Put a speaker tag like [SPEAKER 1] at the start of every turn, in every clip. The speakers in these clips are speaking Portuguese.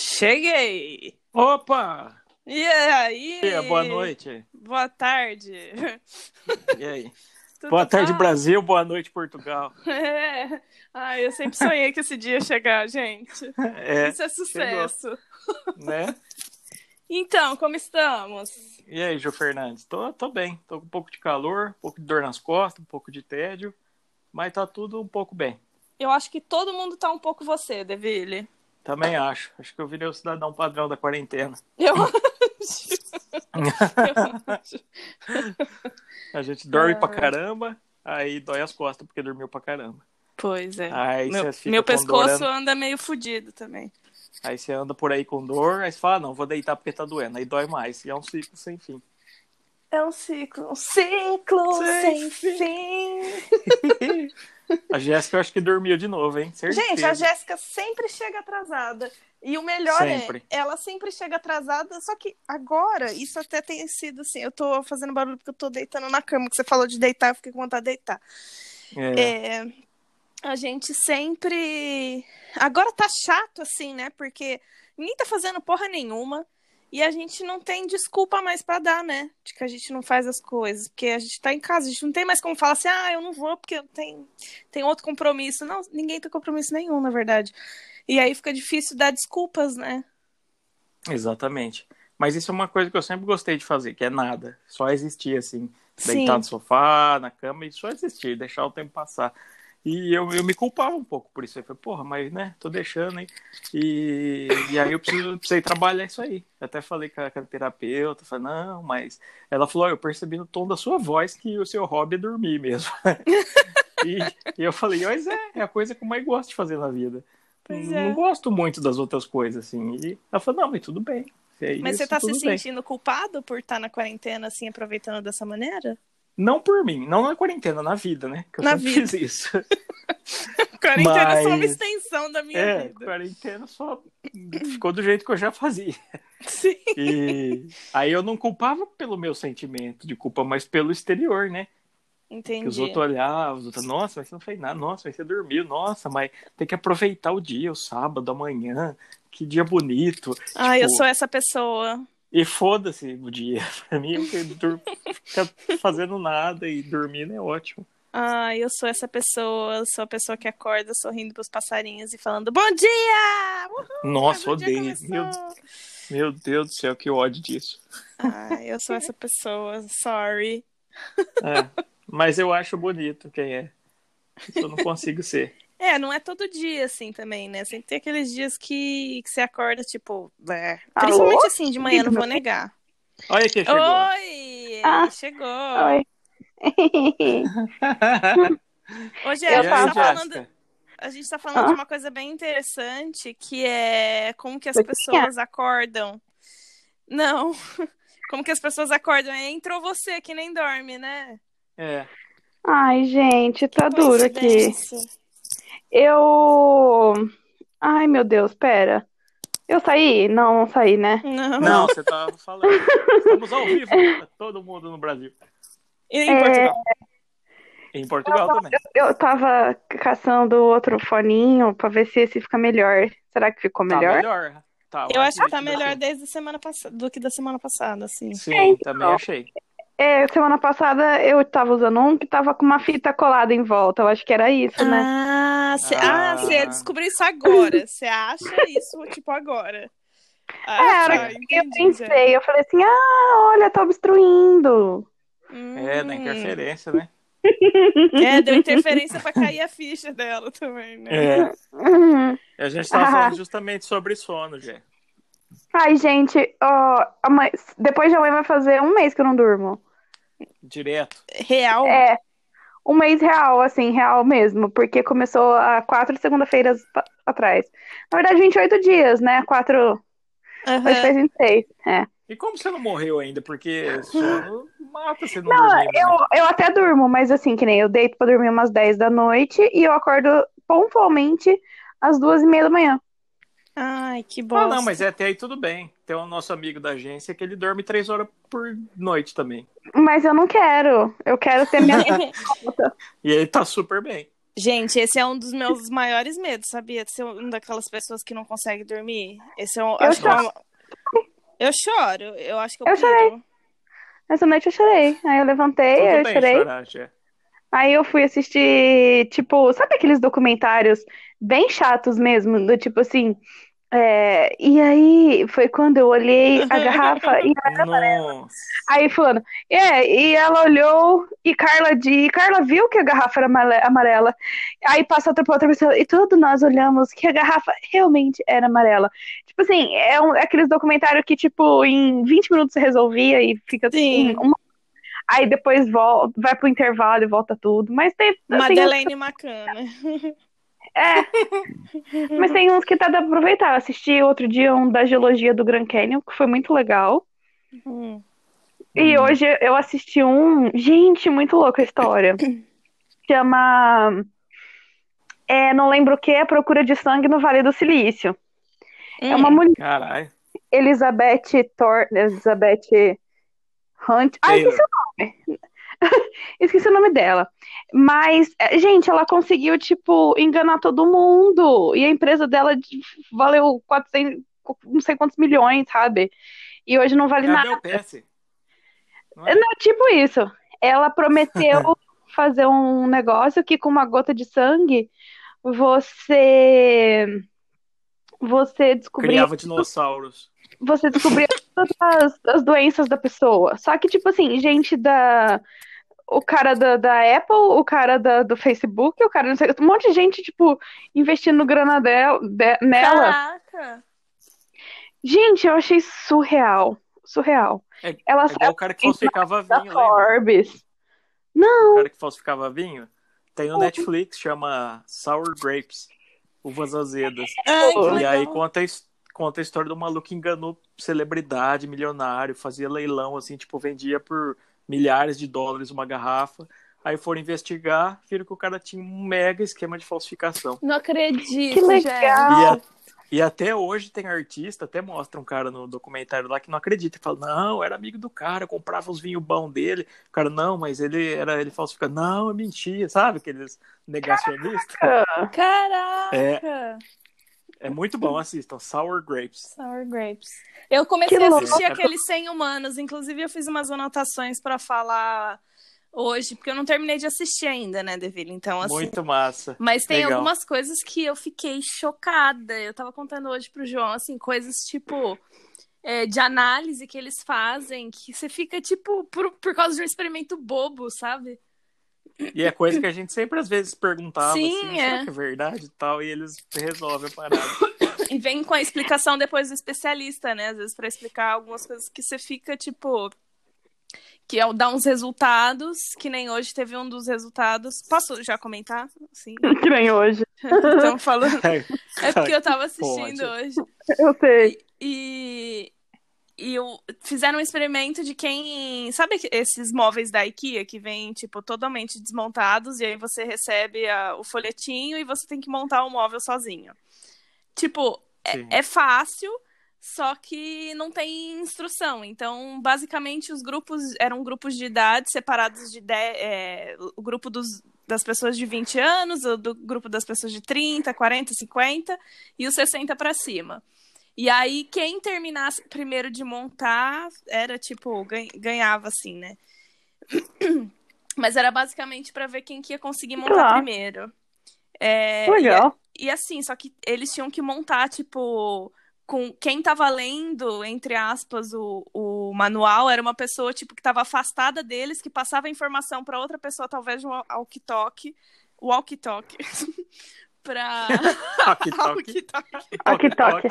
[SPEAKER 1] Cheguei!
[SPEAKER 2] Opa!
[SPEAKER 1] E aí?
[SPEAKER 2] E aí, boa noite.
[SPEAKER 1] Boa tarde.
[SPEAKER 2] E aí?
[SPEAKER 1] Tudo
[SPEAKER 2] Boa tarde,
[SPEAKER 1] bom?
[SPEAKER 2] Brasil. Boa noite, Portugal.
[SPEAKER 1] É. Ai, eu sempre sonhei que esse dia ia chegar, gente.
[SPEAKER 2] É,
[SPEAKER 1] Isso é sucesso.
[SPEAKER 2] né?
[SPEAKER 1] Então, como estamos?
[SPEAKER 2] E aí, Ju Fernandes? Tô, tô bem. Tô com um pouco de calor, um pouco de dor nas costas, um pouco de tédio, mas tá tudo um pouco bem.
[SPEAKER 1] Eu acho que todo mundo tá um pouco você, Deville.
[SPEAKER 2] Também acho. Acho que eu virei o cidadão padrão da quarentena.
[SPEAKER 1] Eu acho. Eu acho.
[SPEAKER 2] A gente dorme pra
[SPEAKER 1] Ai.
[SPEAKER 2] caramba, aí dói as costas porque dormiu pra caramba.
[SPEAKER 1] Pois é.
[SPEAKER 2] Aí
[SPEAKER 1] meu
[SPEAKER 2] você fica
[SPEAKER 1] meu
[SPEAKER 2] com
[SPEAKER 1] pescoço
[SPEAKER 2] dor, an-
[SPEAKER 1] anda meio fudido também.
[SPEAKER 2] aí você anda por aí com dor, aí você fala, "Ah, não, vou deitar porque tá doendo. Aí dói mais. E é um ciclo sem fim.
[SPEAKER 1] É um ciclo. Um ciclo
[SPEAKER 2] Sem
[SPEAKER 1] sem, fim.
[SPEAKER 2] A Jéssica eu acho que dormiu de novo, hein? Certeza.
[SPEAKER 1] Gente, a Jéssica sempre chega atrasada. E o melhor
[SPEAKER 2] Sempre.
[SPEAKER 1] é, ela sempre chega atrasada, só que agora, isso até tem sido assim, eu tô fazendo barulho porque eu tô deitando na cama, que você falou de deitar, eu fiquei com vontade de deitar.
[SPEAKER 2] É.
[SPEAKER 1] É, a gente sempre... Agora tá chato, assim, né? Porque ninguém tá fazendo porra nenhuma, e a gente não tem desculpa mais pra dar, né? De que a gente não faz as coisas, porque a gente tá em casa, a gente não tem mais como falar assim, ah, eu não vou porque eu tenho, tenho outro compromisso. Não, ninguém tem compromisso nenhum, na verdade. E aí fica difícil dar desculpas, né?
[SPEAKER 2] Exatamente. Mas isso é uma coisa que eu sempre gostei de fazer, que é nada. Só existir, assim.
[SPEAKER 1] Sim.
[SPEAKER 2] Deitar no sofá, na cama e só existir, deixar o tempo passar. E eu, eu me culpava um pouco por isso. Eu falei, porra, mas né, tô deixando, hein? E, e aí eu preciso, precisei trabalhar isso aí. Eu até falei com a, com a terapeuta, falei, não, mas. Ela falou, "Ó, eu percebi no tom da sua voz que o seu hobby é dormir mesmo. e, e eu falei, mas é, é a coisa que eu mais gosto de fazer na vida.
[SPEAKER 1] Pois
[SPEAKER 2] não
[SPEAKER 1] é.
[SPEAKER 2] gosto muito das outras coisas, assim. E ela falou, não, mas tudo bem. se é
[SPEAKER 1] Mas
[SPEAKER 2] isso,
[SPEAKER 1] você tá se
[SPEAKER 2] tudo bem."
[SPEAKER 1] sentindo culpado por estar na quarentena, assim, aproveitando dessa maneira?
[SPEAKER 2] Não por mim, não na quarentena, na vida, né? Que eu
[SPEAKER 1] Na
[SPEAKER 2] sempre
[SPEAKER 1] vida.
[SPEAKER 2] fiz isso.
[SPEAKER 1] Quarentena é só uma
[SPEAKER 2] Mas-
[SPEAKER 1] extensão da minha
[SPEAKER 2] é,
[SPEAKER 1] vida.
[SPEAKER 2] quarentena só ficou do jeito que eu já fazia.
[SPEAKER 1] Sim.
[SPEAKER 2] E aí eu não culpava pelo meu sentimento de culpa, mas pelo exterior, né? Que os
[SPEAKER 1] Entendi.
[SPEAKER 2] outros olhavam, os outros, nossa, mas você não fez nada, nossa, mas você dormiu, nossa, mas tem que aproveitar o dia, o sábado, amanhã, que dia bonito.
[SPEAKER 1] Ah, eu
[SPEAKER 2] tipo-
[SPEAKER 1] sou essa pessoa.
[SPEAKER 2] E foda-se o dia. Pra mim, porque dur- ficar fazendo nada e dormindo é ótimo.
[SPEAKER 1] Ah, eu sou essa pessoa, eu sou a pessoa que acorda sorrindo pros passarinhos e falando bom dia! Uhul,
[SPEAKER 2] Nossa,
[SPEAKER 1] o dia
[SPEAKER 2] odeio. Meu,
[SPEAKER 1] começou!"
[SPEAKER 2] meu Deus do céu, que ódio disso.
[SPEAKER 1] Ah, eu sou essa pessoa, sorry.
[SPEAKER 2] É, mas eu acho bonito quem é. Isso Eu não consigo ser.
[SPEAKER 1] É, não é todo dia assim também, né? Sempre tem aqueles dias que, que você acorda, tipo, é.
[SPEAKER 3] Alô?
[SPEAKER 1] principalmente assim, de manhã, não vou negar.
[SPEAKER 2] Olha quem chegou.
[SPEAKER 1] Oi!
[SPEAKER 3] Ah,
[SPEAKER 1] Chegou!
[SPEAKER 3] Oi.
[SPEAKER 1] Hoje
[SPEAKER 2] E
[SPEAKER 1] é, a
[SPEAKER 2] aí,
[SPEAKER 1] gente tá
[SPEAKER 2] Jéssica?
[SPEAKER 1] falando, a gente tá
[SPEAKER 3] Ah.
[SPEAKER 1] falando de uma coisa bem interessante, que é como que as
[SPEAKER 3] Foi
[SPEAKER 1] pessoas acordam. Não, como que as pessoas acordam. É, Entrou você que nem dorme, né?
[SPEAKER 2] É.
[SPEAKER 3] Ai, gente, tá
[SPEAKER 1] é.
[SPEAKER 3] duro aqui.
[SPEAKER 1] Coincidência.
[SPEAKER 3] Eu. Ai, meu Deus, pera. Eu saí? Não, não saí, né?
[SPEAKER 1] Não.
[SPEAKER 2] Não, você tava falando. Estamos ao vivo, todo mundo no Brasil.
[SPEAKER 1] E em
[SPEAKER 3] É,
[SPEAKER 1] Portugal?
[SPEAKER 2] Em Portugal também.
[SPEAKER 3] Eu tava caçando outro foninho pra ver se esse fica melhor. Será que ficou
[SPEAKER 2] Tá
[SPEAKER 3] melhor?
[SPEAKER 2] melhor. Tá,
[SPEAKER 1] Eu acho que
[SPEAKER 2] achei
[SPEAKER 1] tá melhor
[SPEAKER 2] daqui.
[SPEAKER 1] desde a semana passada do que da semana passada, assim.
[SPEAKER 2] Sim, também achei.
[SPEAKER 3] É, semana passada eu tava usando um que tava com uma fita colada em volta. Eu acho que era isso, né?
[SPEAKER 1] Ah, você
[SPEAKER 2] Ah.
[SPEAKER 1] descobriu isso agora. Você acha isso, tipo, agora.
[SPEAKER 3] É,
[SPEAKER 1] Ah,
[SPEAKER 3] era
[SPEAKER 1] tá,
[SPEAKER 3] o que eu
[SPEAKER 1] entendi, já.
[SPEAKER 3] pensei. Eu falei assim: ah, olha, tá obstruindo.
[SPEAKER 2] É, da
[SPEAKER 1] Hum.
[SPEAKER 2] interferência, né?
[SPEAKER 1] É, deu interferência pra cair a ficha dela também, né?
[SPEAKER 2] É.
[SPEAKER 3] Uhum.
[SPEAKER 2] A gente estava
[SPEAKER 3] Ah.
[SPEAKER 2] falando justamente sobre sono, Jé.
[SPEAKER 3] Ai, gente, ó, amanhã- depois de amanhã vai fazer um mês que eu não durmo.
[SPEAKER 2] Direto.
[SPEAKER 1] Real.
[SPEAKER 3] É, um mês real, assim, real mesmo, porque começou há quatro segunda-feiras pa- atrás. Na verdade, 28 dias, né? Quatro,
[SPEAKER 1] Aham.
[SPEAKER 3] hoje fez 26. É.
[SPEAKER 2] E como você não morreu ainda? Porque sono mata se não,
[SPEAKER 3] Não,
[SPEAKER 2] dormir. né?
[SPEAKER 3] eu, eu até durmo, mas assim, que nem eu deito pra dormir umas 10 da noite e eu acordo pontualmente às duas e meia da manhã.
[SPEAKER 1] Ai, que bom.
[SPEAKER 2] Ah, não, mas é até aí tudo bem. Tem o nosso amigo da agência que ele dorme três horas por noite também.
[SPEAKER 3] Mas eu não quero, eu quero ter minha.
[SPEAKER 2] E ele tá super bem.
[SPEAKER 1] Gente, esse é um dos meus maiores medos, sabia? De ser uma daquelas pessoas que não consegue dormir. Esse é um, acho que é um- eu choro. Eu acho que eu,
[SPEAKER 3] Eu chorei. Assim,
[SPEAKER 1] piro.
[SPEAKER 3] Essa noite eu chorei. Aí eu levantei,
[SPEAKER 2] Tudo
[SPEAKER 3] eu
[SPEAKER 2] bem
[SPEAKER 3] chorei.
[SPEAKER 2] chorar, já.
[SPEAKER 3] Aí eu fui assistir, tipo, sabe aqueles documentários bem chatos mesmo, do tipo assim. é, e aí foi quando eu olhei a garrafa e
[SPEAKER 2] Nossa.
[SPEAKER 3] aí fulano, é, e ela olhou e Carla de, e Carla viu que a garrafa era amale- amarela. Aí passa outra pra outra pessoa e todos nós olhamos que a garrafa realmente era amarela. Tipo assim, é um- é aqueles documentários que tipo em 20 minutos você resolvia e fica
[SPEAKER 1] Sim.
[SPEAKER 3] em uma- Aí depois vol- vai pro intervalo e volta tudo, mas tem assim,
[SPEAKER 1] Madeleine Macana.
[SPEAKER 3] é. Mas tem uns que dá pra aproveitar. Eu assisti outro dia um da geologia do Grand Canyon, que foi muito legal.
[SPEAKER 1] Hum.
[SPEAKER 3] E
[SPEAKER 2] Hum.
[SPEAKER 3] hoje eu assisti um. Gente, muito louca a história. Chama. É, não lembro o que, A Procura de Sangue no Vale do Silício. É uma mulher,
[SPEAKER 2] Caralho.
[SPEAKER 3] Elizabeth Thor... Elizabeth Hunt. Ah,
[SPEAKER 2] Taylor.
[SPEAKER 3] esqueci o Esqueci o nome dela. Mas, é, gente, ela conseguiu, tipo, enganar todo mundo. E a empresa dela de- valeu 400, não sei quantos milhões, sabe? E hoje não vale
[SPEAKER 2] É a
[SPEAKER 3] nada.
[SPEAKER 2] Bel Pesce. Não é?
[SPEAKER 3] Não, tipo isso. Ela prometeu fazer um negócio que com uma gota de sangue você. Você descobria
[SPEAKER 2] Criava um dinossauros.
[SPEAKER 3] você descobria todas as, as doenças da pessoa. Só que, tipo assim, gente da. O cara da, da Apple, o cara da, do Facebook, o cara não sei. Um monte de gente, tipo, investindo grana dela, de- nela.
[SPEAKER 1] Caraca.
[SPEAKER 3] Gente, eu achei surreal. Surreal.
[SPEAKER 2] É-
[SPEAKER 3] Ela
[SPEAKER 2] É igual o cara que falsificava
[SPEAKER 3] saiu
[SPEAKER 2] vinho,
[SPEAKER 3] da
[SPEAKER 2] lembra?
[SPEAKER 3] Forbes.
[SPEAKER 2] O cara que falsificava vinho. Tem no Netflix, chama Sour Grapes. Uvas azedas.
[SPEAKER 1] Ai, que
[SPEAKER 3] E
[SPEAKER 2] E aí
[SPEAKER 1] legal.
[SPEAKER 2] conta, a his- conta a história do maluco que enganou celebridade, milionário, fazia leilão, assim, tipo, vendia por milhares de dólares uma garrafa. Aí foram investigar, viram que o cara tinha um mega esquema de falsificação.
[SPEAKER 1] Não acredito,
[SPEAKER 3] Que
[SPEAKER 1] gente.
[SPEAKER 3] legal.
[SPEAKER 2] E, a- e até hoje tem artista, até mostra um cara no documentário lá que não acredita. Fala, não, eu era amigo do cara, eu comprava os vinhos bons dele. O cara, não, mas ele era ele falsifica. Não, é mentira, sabe? Aqueles negacionistas.
[SPEAKER 1] Caraca.
[SPEAKER 2] É muito bom, assistam. Sour Grapes.
[SPEAKER 1] Sour grapes. Eu comecei
[SPEAKER 3] Que
[SPEAKER 1] a
[SPEAKER 3] louco.
[SPEAKER 1] assistir aqueles 100 humanos. Inclusive, eu fiz umas anotações pra falar hoje, porque eu não terminei de assistir ainda, né, Deville? Então, assim.
[SPEAKER 2] Muito massa.
[SPEAKER 1] Mas tem
[SPEAKER 2] Legal.
[SPEAKER 1] algumas coisas que eu fiquei chocada. Eu tava contando hoje pro João, assim, coisas tipo é, de análise que eles fazem, que você fica, tipo, por, por causa de um experimento bobo, sabe?
[SPEAKER 2] E é coisa que a gente sempre às vezes perguntava
[SPEAKER 1] Sim,
[SPEAKER 2] assim,
[SPEAKER 1] é.
[SPEAKER 2] será que é verdade e tal, e eles resolvem a parada.
[SPEAKER 1] E vem com a explicação depois do especialista, né? Às vezes, pra explicar algumas coisas que você fica, tipo. Que é- dá uns resultados, que nem hoje teve um dos resultados. Posso já comentar? Sim.
[SPEAKER 3] Que nem hoje.
[SPEAKER 1] Estamos falando. É porque eu tava
[SPEAKER 2] Pode.
[SPEAKER 1] assistindo hoje.
[SPEAKER 3] Eu sei.
[SPEAKER 1] E, e eu, fizeram um experimento de quem. Sabe que- esses móveis da IKEA que vêm, tipo, totalmente desmontados, e aí você recebe a- o folhetinho e você tem que montar o móvel sozinho. Tipo,
[SPEAKER 2] Sim.
[SPEAKER 1] é fácil, só que não tem instrução. Então, basicamente, os grupos eram grupos de idade separados de 10, é, o grupo dos, das pessoas de 20 anos, o do grupo das pessoas de 30, 40, 50 e os 60 para cima. E aí, quem terminasse primeiro de montar era tipo, gan- ganhava assim, né? Mas era basicamente para ver quem que ia conseguir montar
[SPEAKER 3] Claro.
[SPEAKER 1] primeiro. É, e
[SPEAKER 3] Legal.
[SPEAKER 1] e assim, só que eles tinham que montar, tipo, com quem tava lendo, entre aspas, o, o manual era uma pessoa, tipo, que tava afastada deles, que passava a informação pra outra pessoa, talvez um walkie-talkie, walkie-talkie, pra... é.
[SPEAKER 2] Toque, toque,
[SPEAKER 1] walkie-talkie.
[SPEAKER 3] Aqui toque.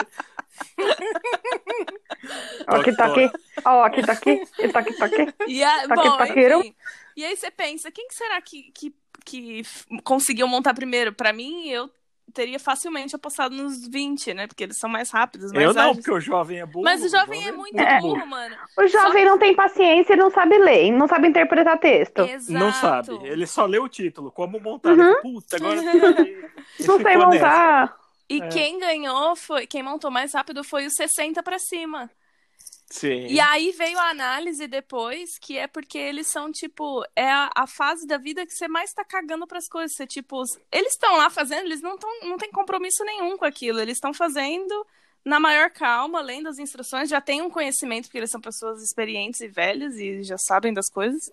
[SPEAKER 3] Aqui toque. Ó, aqui toque. E toque toque.
[SPEAKER 1] E, a-
[SPEAKER 3] Toque,
[SPEAKER 1] bom,
[SPEAKER 3] toqueiro.
[SPEAKER 1] enfim. E aí você pensa, quem que será que, que, que f- conseguiu montar primeiro? Pra mim, eu teria facilmente apostado nos 20, né? Porque eles são mais rápidos, mais
[SPEAKER 2] Eu não,
[SPEAKER 1] ágeis.
[SPEAKER 2] porque o jovem é burro.
[SPEAKER 1] Mas o jovem é muito
[SPEAKER 3] É.
[SPEAKER 1] burro, mano.
[SPEAKER 3] O jovem não tem paciência e não sabe ler, não sabe interpretar texto.
[SPEAKER 1] Exato.
[SPEAKER 2] Então, Não sabe. Ele só lê o título, como montar.
[SPEAKER 3] Uhum.
[SPEAKER 2] Puta, agora.
[SPEAKER 3] Não sei montar.
[SPEAKER 1] E
[SPEAKER 2] É.
[SPEAKER 1] quem ganhou foi, quem montou mais rápido foi o 60 pra cima.
[SPEAKER 2] Sim.
[SPEAKER 1] E aí veio a análise depois, que é porque eles são, tipo, é a, a fase da vida que você mais tá cagando pras coisas. Você, tipo, os- eles estão lá fazendo, eles não, tão, não têm compromisso nenhum com aquilo. Eles estão fazendo na maior calma, lendo as instruções, já tem um conhecimento, porque eles são pessoas experientes e velhas e já sabem das coisas.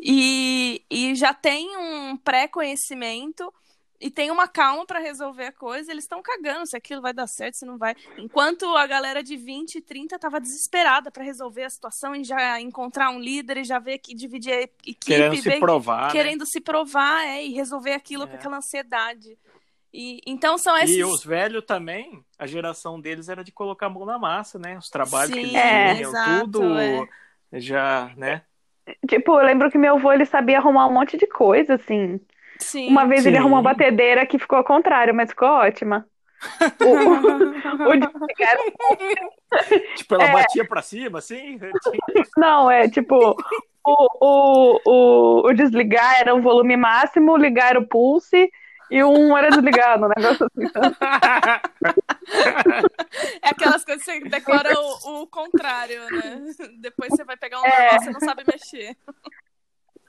[SPEAKER 1] E, e já tem um pré-conhecimento e tem uma calma pra resolver a coisa, eles estão cagando se aquilo vai dar certo, se não vai. Enquanto a galera de 20 e 30 tava desesperada pra resolver a situação e já encontrar um líder e já ver que dividir a equipe,
[SPEAKER 2] Querendo
[SPEAKER 1] ver-
[SPEAKER 2] se provar. né?
[SPEAKER 1] querendo se provar é, e resolver aquilo
[SPEAKER 2] É.
[SPEAKER 1] com aquela ansiedade. E, então são esses.
[SPEAKER 2] E os velhos também, a geração deles era de colocar a mão na massa, né? Os trabalhos
[SPEAKER 1] Sim,
[SPEAKER 2] que eles tinham,
[SPEAKER 1] exato, é.
[SPEAKER 2] tudo já, né?
[SPEAKER 3] Tipo, eu lembro que meu avô, ele sabia arrumar um monte de coisa, assim.
[SPEAKER 1] Sim.
[SPEAKER 3] Uma vez ele
[SPEAKER 2] Sim.
[SPEAKER 3] arrumou uma batedeira que ficou ao contrário, mas ficou ótima. O, o, o de pegar
[SPEAKER 2] Tipo, ela batia pra cima, assim.
[SPEAKER 3] Não, é tipo, o, o, o, o desligar era o volume máximo, o ligar era o pulse e um era desligado, um negócio assim.
[SPEAKER 1] É aquelas coisas que você decora o, o contrário, né? Depois você vai pegar um
[SPEAKER 3] É.
[SPEAKER 1] normal, você não sabe mexer.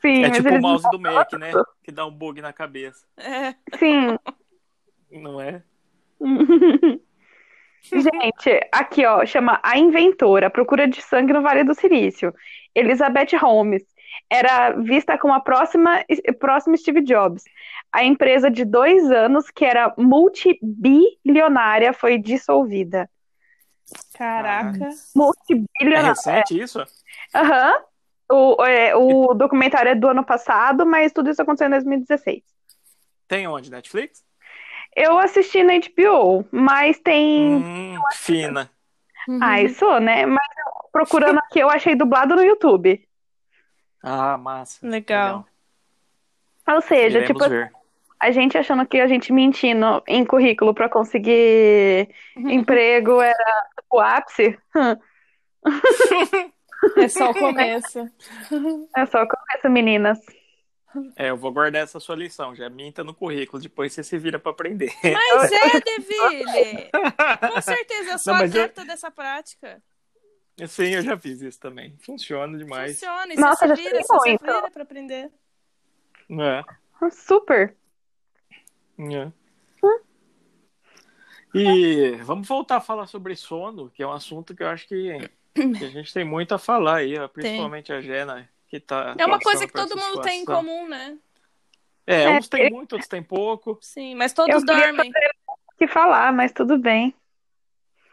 [SPEAKER 3] Sim,
[SPEAKER 2] é
[SPEAKER 3] mas
[SPEAKER 2] tipo o
[SPEAKER 3] eles-
[SPEAKER 2] mouse do Mac, né? Que dá um bug na cabeça,
[SPEAKER 1] É.
[SPEAKER 3] Sim.
[SPEAKER 2] não é?
[SPEAKER 3] Gente, aqui ó, chama A Inventora, Procura de Sangue no Vale do Silício. Elizabeth Holmes. Era vista como a próxima, próximo Steve Jobs. A empresa de dois anos, que era multibilionária, foi dissolvida.
[SPEAKER 2] Caraca. É
[SPEAKER 3] Multibilionária.
[SPEAKER 2] recente isso?
[SPEAKER 3] Aham. O, é, o documentário é do ano passado, mas tudo isso aconteceu em 2016.
[SPEAKER 2] Tem onde? Netflix?
[SPEAKER 3] Eu assisti na HBO, mas tem.
[SPEAKER 2] Hum,
[SPEAKER 1] é
[SPEAKER 2] fina.
[SPEAKER 1] Uhum. Hum.
[SPEAKER 3] Ai, sou, né? Mas eu- procurando aqui, eu achei dublado no YouTube.
[SPEAKER 2] Ah, massa.
[SPEAKER 1] Legal.
[SPEAKER 3] Ou seja,
[SPEAKER 2] Iremos
[SPEAKER 3] tipo,
[SPEAKER 2] ver.
[SPEAKER 3] a gente achando que a gente mentindo em currículo pra conseguir emprego era o ápice.
[SPEAKER 1] É só o começo.
[SPEAKER 3] É só começa, meninas.
[SPEAKER 2] É, eu vou guardar essa sua lição. Já minta no currículo, depois você se vira pra aprender.
[SPEAKER 1] Mas é, Deville! Com certeza, eu sou
[SPEAKER 2] Não, mas eu-
[SPEAKER 1] adepta dessa prática.
[SPEAKER 2] Sim, eu já fiz isso também. Funciona demais.
[SPEAKER 1] Funciona, é e
[SPEAKER 3] Nossa,
[SPEAKER 1] você
[SPEAKER 3] já
[SPEAKER 1] se vira,
[SPEAKER 3] sei
[SPEAKER 1] você se
[SPEAKER 3] muito.
[SPEAKER 1] vira pra aprender.
[SPEAKER 2] É.
[SPEAKER 3] Super.
[SPEAKER 2] É. E vamos voltar a falar sobre sono, que é um assunto que eu acho que, que a gente tem muito a falar aí, ó, principalmente a Jena, que tá.
[SPEAKER 1] É uma
[SPEAKER 2] passando
[SPEAKER 1] coisa que
[SPEAKER 2] por
[SPEAKER 1] todo
[SPEAKER 2] essa
[SPEAKER 1] mundo tem em
[SPEAKER 2] situação.
[SPEAKER 1] comum, né?
[SPEAKER 2] É, uns
[SPEAKER 3] É.
[SPEAKER 2] tem muito, outros tem pouco.
[SPEAKER 1] Sim, mas todos
[SPEAKER 3] Eu queria
[SPEAKER 1] dormem.
[SPEAKER 3] Que falar, mas tudo bem.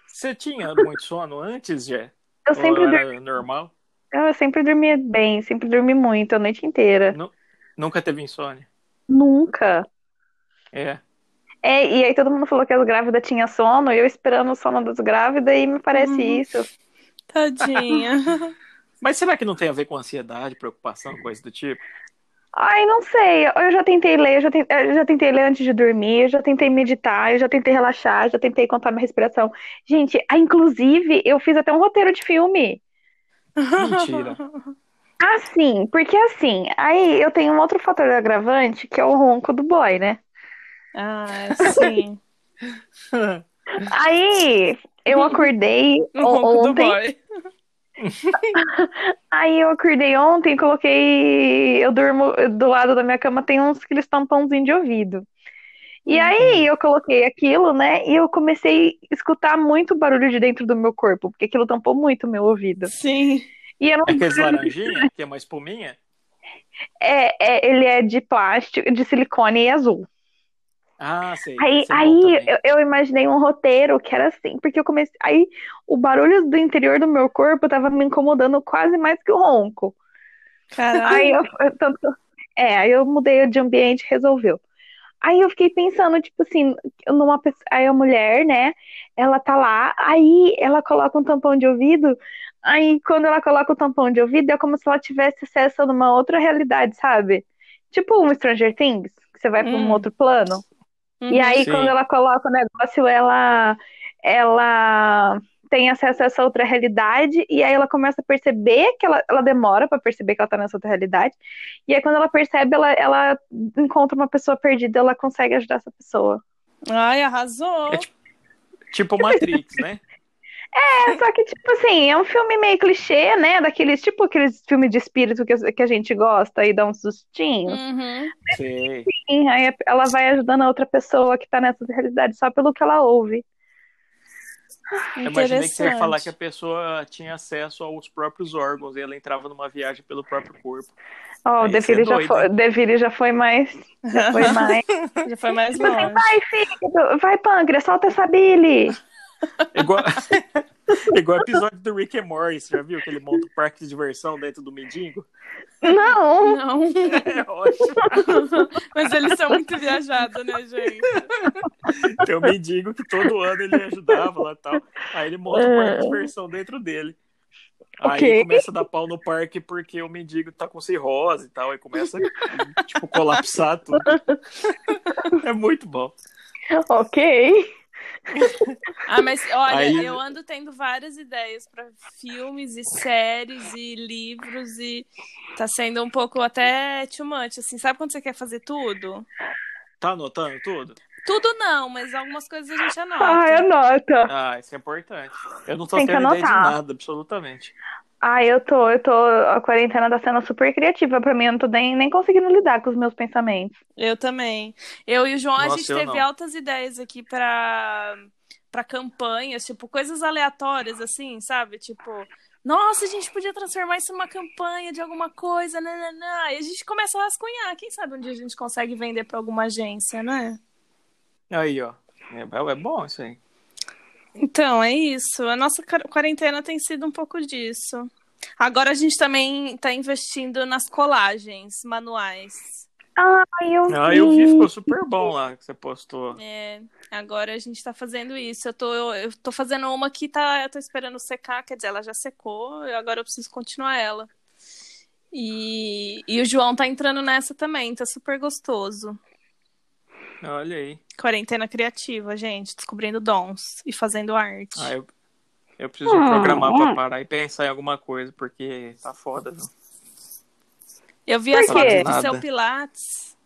[SPEAKER 2] Você tinha muito sono antes, Jé?
[SPEAKER 3] Eu sempre,
[SPEAKER 2] Ou
[SPEAKER 3] dur-
[SPEAKER 2] era normal?
[SPEAKER 3] eu sempre dormia bem, sempre dormi muito, a noite inteira.
[SPEAKER 2] Nunca teve insônia?
[SPEAKER 3] Nunca.
[SPEAKER 2] É.
[SPEAKER 3] É, e aí todo mundo falou que as grávidas tinham sono, e eu esperando o sono das grávidas, e me parece
[SPEAKER 1] Uhum.
[SPEAKER 3] isso.
[SPEAKER 1] Tadinha.
[SPEAKER 2] Mas será que não tem a ver com ansiedade, preocupação, coisa do tipo?
[SPEAKER 3] Ai, não sei, eu já tentei ler, eu já, ten- eu já tentei ler antes de dormir, eu já tentei meditar, eu já tentei relaxar, eu já tentei contar minha respiração. Gente, ah, inclusive, eu fiz até um roteiro de filme.
[SPEAKER 2] Mentira.
[SPEAKER 3] Assim, porque assim, aí eu tenho um outro fator agravante, que é o ronco do boy, né?
[SPEAKER 1] Ah, sim.
[SPEAKER 2] É
[SPEAKER 3] Aí eu acordei
[SPEAKER 1] No ronco do
[SPEAKER 3] ontem,
[SPEAKER 1] boy.
[SPEAKER 3] Aí eu acordei ontem, coloquei. Eu durmo do lado da minha cama, tem uns aqueles tampãozinhos de ouvido. E
[SPEAKER 2] Uhum.
[SPEAKER 3] aí eu coloquei aquilo, né? E eu comecei a escutar muito barulho de dentro do meu corpo, porque aquilo tampou muito o meu ouvido.
[SPEAKER 1] Sim.
[SPEAKER 3] E eu não-
[SPEAKER 2] É aqueles laranjinha, que é uma espuminha?
[SPEAKER 3] é, é- ele é de plástico, de silicone e azul.
[SPEAKER 2] Ah, sei.
[SPEAKER 3] Aí,
[SPEAKER 2] Esse é bom
[SPEAKER 3] aí
[SPEAKER 2] também.
[SPEAKER 3] eu, eu imaginei um roteiro que era assim, porque eu comecei. Aí o barulho do interior do meu corpo tava me incomodando quase mais que o ronco.
[SPEAKER 1] Caralho.
[SPEAKER 3] Aí eu, eu tanto- é, aí eu mudei de ambiente, resolveu. Aí eu fiquei pensando, tipo assim, numa pessoa, aí a mulher, né? Ela tá lá, aí ela coloca um tampão de ouvido. Aí quando ela coloca o tampão de ouvido, é como se ela tivesse acesso a uma outra realidade, sabe? Tipo um Stranger Things, que você vai pra um
[SPEAKER 1] Hum.
[SPEAKER 3] outro plano.
[SPEAKER 1] Uhum.
[SPEAKER 3] E aí,
[SPEAKER 2] Sim.
[SPEAKER 3] quando ela coloca o negócio, ela, ela tem acesso a essa outra realidade, e aí ela começa a perceber que ela, ela demora pra perceber que ela tá nessa outra realidade. E aí, quando ela percebe, ela, ela encontra uma pessoa perdida, ela consegue ajudar essa pessoa.
[SPEAKER 1] Ai, arrasou.
[SPEAKER 2] É tipo Matrix, né?
[SPEAKER 3] É, só que, tipo assim, é um filme meio clichê, né? Daqueles, tipo aqueles filmes de espírito que, que a gente gosta e dá uns
[SPEAKER 2] um-
[SPEAKER 3] sustinhos.
[SPEAKER 1] Uhum.
[SPEAKER 2] Sei.
[SPEAKER 3] Sim, aí a- ela vai ajudando a outra pessoa que tá nessa realidade só pelo que ela ouve.
[SPEAKER 2] Eu imaginei que você ia falar que a pessoa tinha acesso aos próprios órgãos e ela entrava numa viagem pelo próprio corpo.
[SPEAKER 3] Ó, o
[SPEAKER 2] Aí você é
[SPEAKER 3] Deville já
[SPEAKER 2] doido,
[SPEAKER 3] foi, Deville já foi mais, foi mais.
[SPEAKER 1] Já foi mais
[SPEAKER 3] Tipo assim,
[SPEAKER 1] longe.
[SPEAKER 3] vai, filho, vai, pâncreas, solta essa Billy.
[SPEAKER 2] Igual, igual episódio do Rick and Morty, você já viu? Que ele monta um parque de diversão dentro do mendigo?
[SPEAKER 3] Não,
[SPEAKER 1] Não,
[SPEAKER 2] É ótimo.
[SPEAKER 1] mas eles são muito viajados, né, gente?
[SPEAKER 2] Tem um mendigo que todo ano ele ajudava lá e tal. Aí ele monta um parque de diversão dentro dele. Aí
[SPEAKER 3] Ah. Ok.
[SPEAKER 2] começa a dar pau no parque porque o mendigo tá com cirrose e tal. Aí começa a, tipo, colapsar tudo. É muito bom.
[SPEAKER 3] ok.
[SPEAKER 1] Ah, mas olha,
[SPEAKER 2] Aí-
[SPEAKER 1] eu ando tendo várias ideias pra filmes e séries e livros e tá sendo um pouco até too much, assim. Sabe quando você quer fazer tudo?
[SPEAKER 2] Tá anotando tudo?
[SPEAKER 1] Tudo não, mas algumas coisas a gente anota.
[SPEAKER 3] Ai, anota.
[SPEAKER 2] Ah, isso é importante. Eu não tô
[SPEAKER 3] Tem que
[SPEAKER 2] tendo ideia de
[SPEAKER 3] anotar.
[SPEAKER 2] nada, absolutamente.
[SPEAKER 3] Ah, eu tô, eu tô. A quarentena tá sendo super criativa pra mim, eu não tô nem, nem conseguindo lidar com os meus pensamentos.
[SPEAKER 1] Eu também. Eu e o João, a
[SPEAKER 2] Nossa,
[SPEAKER 1] gente
[SPEAKER 2] eu
[SPEAKER 1] teve
[SPEAKER 2] não.
[SPEAKER 1] altas ideias aqui pra, pra campanhas, tipo, coisas aleatórias, assim, sabe? Tipo, nossa, a gente podia transformar isso numa campanha de alguma coisa, nananã. E a gente começa a rascunhar. Quem sabe um dia a gente consegue vender pra alguma agência, né?
[SPEAKER 2] Aí, ó. É, é bom isso aí.
[SPEAKER 1] Então, é isso. A nossa quar- quarentena tem sido um pouco disso. Agora a gente também tá investindo nas colagens manuais.
[SPEAKER 3] Ai, eu
[SPEAKER 2] Ah, eu vi,
[SPEAKER 3] vi.
[SPEAKER 2] ficou super bom lá que você postou.
[SPEAKER 1] É, agora a gente tá fazendo isso. Eu tô, eu, eu tô fazendo uma que tá, eu tô esperando secar, quer dizer, ela já secou, eu- agora eu preciso continuar ela. E, e o João tá entrando nessa também, tá super gostoso.
[SPEAKER 2] Olha aí.
[SPEAKER 1] Quarentena criativa, gente, descobrindo dons e fazendo arte.
[SPEAKER 2] Ah, eu, eu preciso
[SPEAKER 3] Ah.
[SPEAKER 2] programar pra parar e pensar em alguma coisa, porque tá foda, viu?
[SPEAKER 1] Eu vi
[SPEAKER 3] Por
[SPEAKER 1] as
[SPEAKER 3] quê?
[SPEAKER 1] fotos do
[SPEAKER 2] Nada.
[SPEAKER 1] seu Pilates.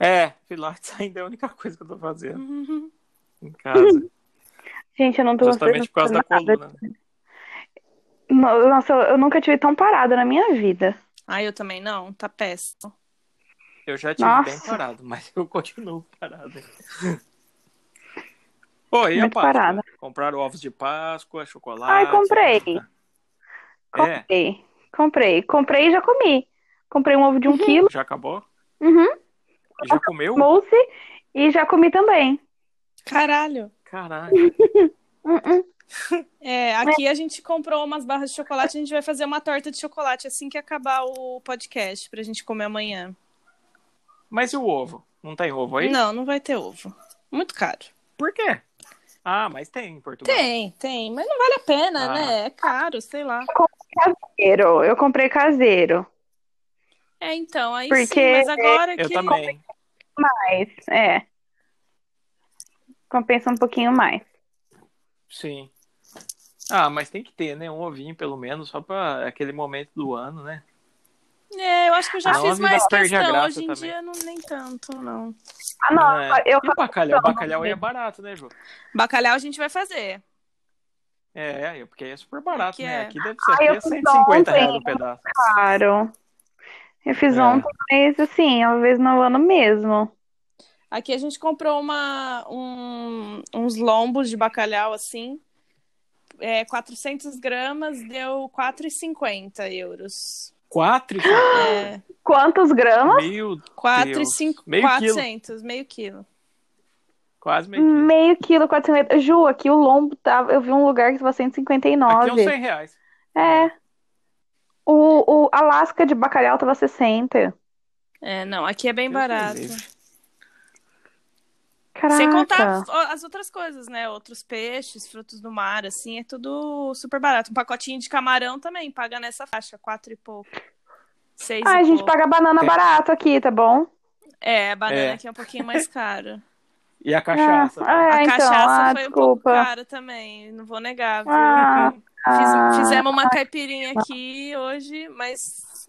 [SPEAKER 2] É, Pilates ainda é a única coisa que eu tô fazendo
[SPEAKER 1] Uhum.
[SPEAKER 2] em casa.
[SPEAKER 3] Gente, eu não tô
[SPEAKER 2] Justamente por causa da
[SPEAKER 3] nada.
[SPEAKER 2] coluna.
[SPEAKER 3] No- Nossa, eu eu nunca tive tão parada na minha vida.
[SPEAKER 1] Ah, eu também não, tá péssimo.
[SPEAKER 2] Eu já tive
[SPEAKER 3] Nossa.
[SPEAKER 2] bem parado, mas eu continuo parado. Pô, e a
[SPEAKER 3] Muito
[SPEAKER 2] Páscoa?
[SPEAKER 3] parada.
[SPEAKER 2] Compraram ovos de Páscoa, chocolate.
[SPEAKER 3] Ai, comprei.
[SPEAKER 2] É,
[SPEAKER 3] Comprei, comprei, comprei e já comi. Comprei um ovo de um quilo,
[SPEAKER 2] já acabou?
[SPEAKER 3] uhum,
[SPEAKER 2] Já comeu?
[SPEAKER 3] mousse e já comi também.
[SPEAKER 1] Caralho.
[SPEAKER 2] Caralho.
[SPEAKER 3] Uhum.
[SPEAKER 1] É, aqui a gente comprou umas barras de chocolate, a gente vai fazer uma torta de chocolate assim que acabar o podcast pra gente comer amanhã.
[SPEAKER 2] Mas e o ovo? Não tem ovo aí?
[SPEAKER 1] Não, não vai ter ovo. Muito caro.
[SPEAKER 2] Por quê? Ah, mas tem em Portugal.
[SPEAKER 1] Tem, tem, mas não vale a pena,
[SPEAKER 2] Ah.
[SPEAKER 1] né? É caro, sei lá.
[SPEAKER 3] Caseiro, eu comprei caseiro.
[SPEAKER 1] É, então, aí
[SPEAKER 3] Porque-
[SPEAKER 1] sim, mas agora
[SPEAKER 2] Eu
[SPEAKER 1] que
[SPEAKER 2] também.
[SPEAKER 3] Mas, é. Compensa um pouquinho mais.
[SPEAKER 2] Sim. Ah, mas tem que ter, né? Um ovinho, pelo menos, só pra aquele momento do ano, né?
[SPEAKER 1] É, eu acho que eu já
[SPEAKER 2] Ah, o
[SPEAKER 1] fiz
[SPEAKER 2] homem
[SPEAKER 1] mais
[SPEAKER 2] perde a
[SPEAKER 1] questão.
[SPEAKER 2] graça
[SPEAKER 1] Hoje em
[SPEAKER 2] também.
[SPEAKER 1] dia não, nem tanto, não.
[SPEAKER 3] Ah, não,
[SPEAKER 2] É.
[SPEAKER 3] eu
[SPEAKER 2] E o bacalhau? O
[SPEAKER 3] não,
[SPEAKER 2] bacalhau aí é barato, né, Ju?
[SPEAKER 1] Bacalhau a gente vai fazer.
[SPEAKER 2] É, é, porque aí é super barato,
[SPEAKER 1] Aqui
[SPEAKER 2] né?
[SPEAKER 1] é.
[SPEAKER 2] Aqui deve
[SPEAKER 3] Ah,
[SPEAKER 2] ser
[SPEAKER 3] eu
[SPEAKER 2] até
[SPEAKER 3] fiz
[SPEAKER 2] 150 reais
[SPEAKER 3] ontem.
[SPEAKER 2] um pedaço.
[SPEAKER 3] Claro. Eu fiz
[SPEAKER 2] É.
[SPEAKER 3] ontem, mas assim, uma vez no ano mesmo.
[SPEAKER 1] Aqui a gente comprou uma, um- uns lombos de bacalhau assim. É, 400 gramas deu 4,50 euros.
[SPEAKER 2] 4?
[SPEAKER 1] É,
[SPEAKER 3] Quantos gramas?
[SPEAKER 2] Meio,
[SPEAKER 1] 4,
[SPEAKER 2] Deus.
[SPEAKER 1] 5,
[SPEAKER 2] Meio quilo.
[SPEAKER 1] 400, meio quilo.
[SPEAKER 2] quase meio quilo.
[SPEAKER 3] Meio quilo, 450. Ju, aqui o lombo tava. Eu vi um lugar que tava
[SPEAKER 2] Aqui é uns
[SPEAKER 3] 159.
[SPEAKER 2] 100 reais.
[SPEAKER 3] É. O, o Alasca de bacalhau tava 60.
[SPEAKER 1] É, não, aqui é bem
[SPEAKER 2] Deus me
[SPEAKER 1] barato.
[SPEAKER 2] livre.
[SPEAKER 3] Caraca.
[SPEAKER 1] Sem contar as- as outras coisas, né? Outros peixes, frutos do mar, assim, é tudo super barato. Um pacotinho de camarão também paga nessa faixa, quatro e pouco. Seis
[SPEAKER 3] Ai,
[SPEAKER 1] e
[SPEAKER 3] a gente
[SPEAKER 1] pouco.
[SPEAKER 3] paga banana
[SPEAKER 2] É.
[SPEAKER 3] barato aqui, tá bom?
[SPEAKER 1] É, a banana
[SPEAKER 2] É.
[SPEAKER 1] aqui é um pouquinho mais cara.
[SPEAKER 2] E a cachaça?
[SPEAKER 3] Ah,
[SPEAKER 1] A
[SPEAKER 3] ah, então,
[SPEAKER 1] cachaça
[SPEAKER 3] ah,
[SPEAKER 1] foi um pouco
[SPEAKER 3] desculpa.
[SPEAKER 1] cara também, não vou negar, viu?
[SPEAKER 3] Ah,
[SPEAKER 1] Fiz-
[SPEAKER 3] ah,
[SPEAKER 1] fizemos uma caipirinha aqui hoje, mas,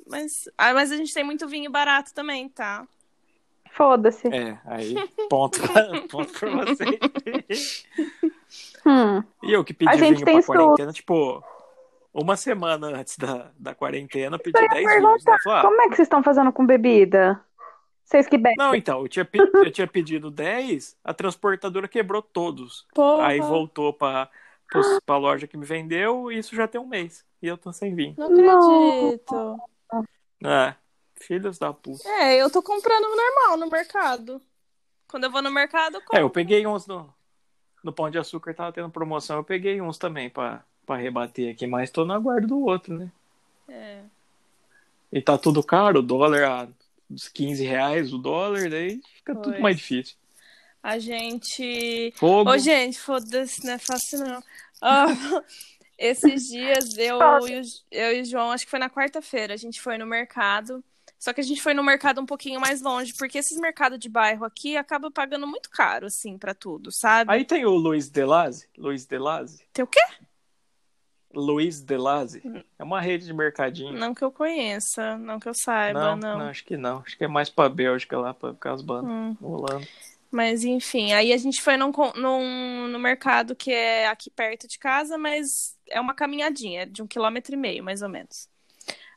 [SPEAKER 1] mas, ah, mas a gente tem muito vinho barato também, tá?
[SPEAKER 3] Foda-se.
[SPEAKER 2] É, aí, ponto, pra- ponto pra você.
[SPEAKER 3] Hum.
[SPEAKER 2] E E eu que pedi
[SPEAKER 3] A gente
[SPEAKER 2] vinho
[SPEAKER 3] tem
[SPEAKER 2] pra
[SPEAKER 3] estudo.
[SPEAKER 2] quarentena, tipo, uma semana antes da, da quarentena, eu pedi
[SPEAKER 3] Eu ia
[SPEAKER 2] 10 vinhos. né? Eu falei, ah,
[SPEAKER 3] Como é que vocês estão fazendo com bebida? Vocês que bebem.
[SPEAKER 2] Não, então, eu tinha, pe- eu tinha pedido 10, a transportadora quebrou todos.
[SPEAKER 1] Porra.
[SPEAKER 2] Aí voltou pra, pros- pra loja que me vendeu, e isso já tem um mês. E eu tô sem vinho.
[SPEAKER 1] Não
[SPEAKER 3] Não.
[SPEAKER 1] acredito.
[SPEAKER 2] É, filhos da puta.
[SPEAKER 1] É, eu tô comprando normal no mercado. Quando eu vou no mercado, eu
[SPEAKER 2] É,
[SPEAKER 1] compro.
[SPEAKER 2] eu peguei uns no, no Pão de Açúcar, tava tendo promoção, eu peguei uns também pra, pra rebater aqui, mas tô na guarda do outro, né?
[SPEAKER 1] É.
[SPEAKER 2] E tá tudo caro, o dólar a uns 15 reais, o dólar, daí fica tudo
[SPEAKER 1] Pois.
[SPEAKER 2] mais difícil.
[SPEAKER 1] A gente.
[SPEAKER 2] Fogo,
[SPEAKER 1] Ô, gente, foda-se, não é fácil não. Ó, esses dias eu,
[SPEAKER 3] Fácil.
[SPEAKER 1] e o, eu e o João, acho que foi na quarta-feira, a gente foi no mercado. Só que a gente foi no mercado um pouquinho mais longe, porque esses mercados de bairro aqui acabam pagando muito caro, assim, pra tudo, sabe?
[SPEAKER 2] Aí tem o Luiz Delaze. Luiz Delaze.
[SPEAKER 1] Tem o quê? Hum.
[SPEAKER 2] Luiz Delaze. É uma rede de mercadinho.
[SPEAKER 1] Não que eu conheça, não que eu saiba, não.
[SPEAKER 2] acho que não. Acho que é mais pra Bélgica lá, pra Casbana,
[SPEAKER 1] Hum.
[SPEAKER 2] Holanda.
[SPEAKER 1] Mas enfim, aí a gente foi num, con- num, no mercado que é aqui perto de casa, mas é uma caminhadinha, de um quilômetro e meio, mais ou menos.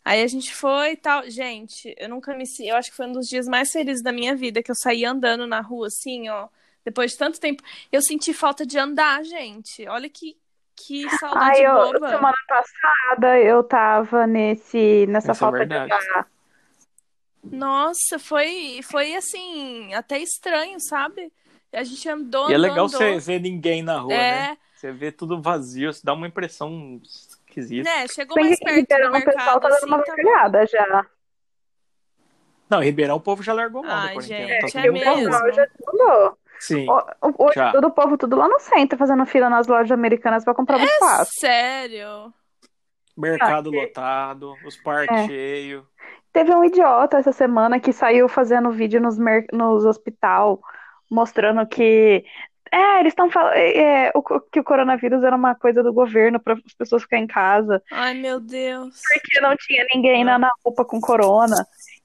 [SPEAKER 1] Aí a gente foi e tal. Gente, eu nunca me. se- Eu acho que foi um dos dias mais felizes da minha vida, que eu saí andando na rua, assim, ó. Depois de tanto tempo. Eu senti falta de andar, gente. Olha que, que saudade
[SPEAKER 3] Ai, eu,
[SPEAKER 1] boba.
[SPEAKER 3] semana passada eu tava nesse, nessa
[SPEAKER 2] Essa é
[SPEAKER 3] falta de
[SPEAKER 2] verdade.
[SPEAKER 3] andar.
[SPEAKER 1] Nossa, foi, foi assim, até estranho, sabe? A gente andou,
[SPEAKER 2] E é
[SPEAKER 1] andou,
[SPEAKER 2] legal
[SPEAKER 1] andou.
[SPEAKER 2] você ver ninguém na rua,
[SPEAKER 1] É.
[SPEAKER 2] né? Você vê tudo vazio, isso dá uma impressão esquisita.
[SPEAKER 1] Né, chegou
[SPEAKER 3] Bem
[SPEAKER 1] mais
[SPEAKER 3] que em
[SPEAKER 1] perto do
[SPEAKER 3] Ribeirão o pessoal
[SPEAKER 1] mercado,
[SPEAKER 3] tá dando
[SPEAKER 1] assim,
[SPEAKER 3] uma
[SPEAKER 1] tá-
[SPEAKER 3] vergalhada já.
[SPEAKER 2] Não, em Ribeirão o povo já largou mão da
[SPEAKER 1] Ai,
[SPEAKER 2] quarentena.
[SPEAKER 1] gente,
[SPEAKER 2] tá
[SPEAKER 1] é
[SPEAKER 2] todo
[SPEAKER 3] o
[SPEAKER 2] mundo
[SPEAKER 1] mesmo.
[SPEAKER 2] maluco.
[SPEAKER 3] pessoal já mudou.
[SPEAKER 2] Sim.
[SPEAKER 3] O- o- Hoje
[SPEAKER 2] Já.
[SPEAKER 3] todo o povo tudo lá no centro fazendo fila nas lojas americanas pra comprar biscoito.
[SPEAKER 1] Sério?
[SPEAKER 2] Mercado lotado, os parques cheios.
[SPEAKER 3] Teve um idiota essa semana que saiu fazendo vídeo nos, mer- nos hospital, mostrando que. É, eles estão falando que é, o coronavírus era uma coisa do governo para as pessoas ficarem em casa,
[SPEAKER 1] Ai, meu Deus.
[SPEAKER 3] porque não tinha ninguém na, na UPA com corona.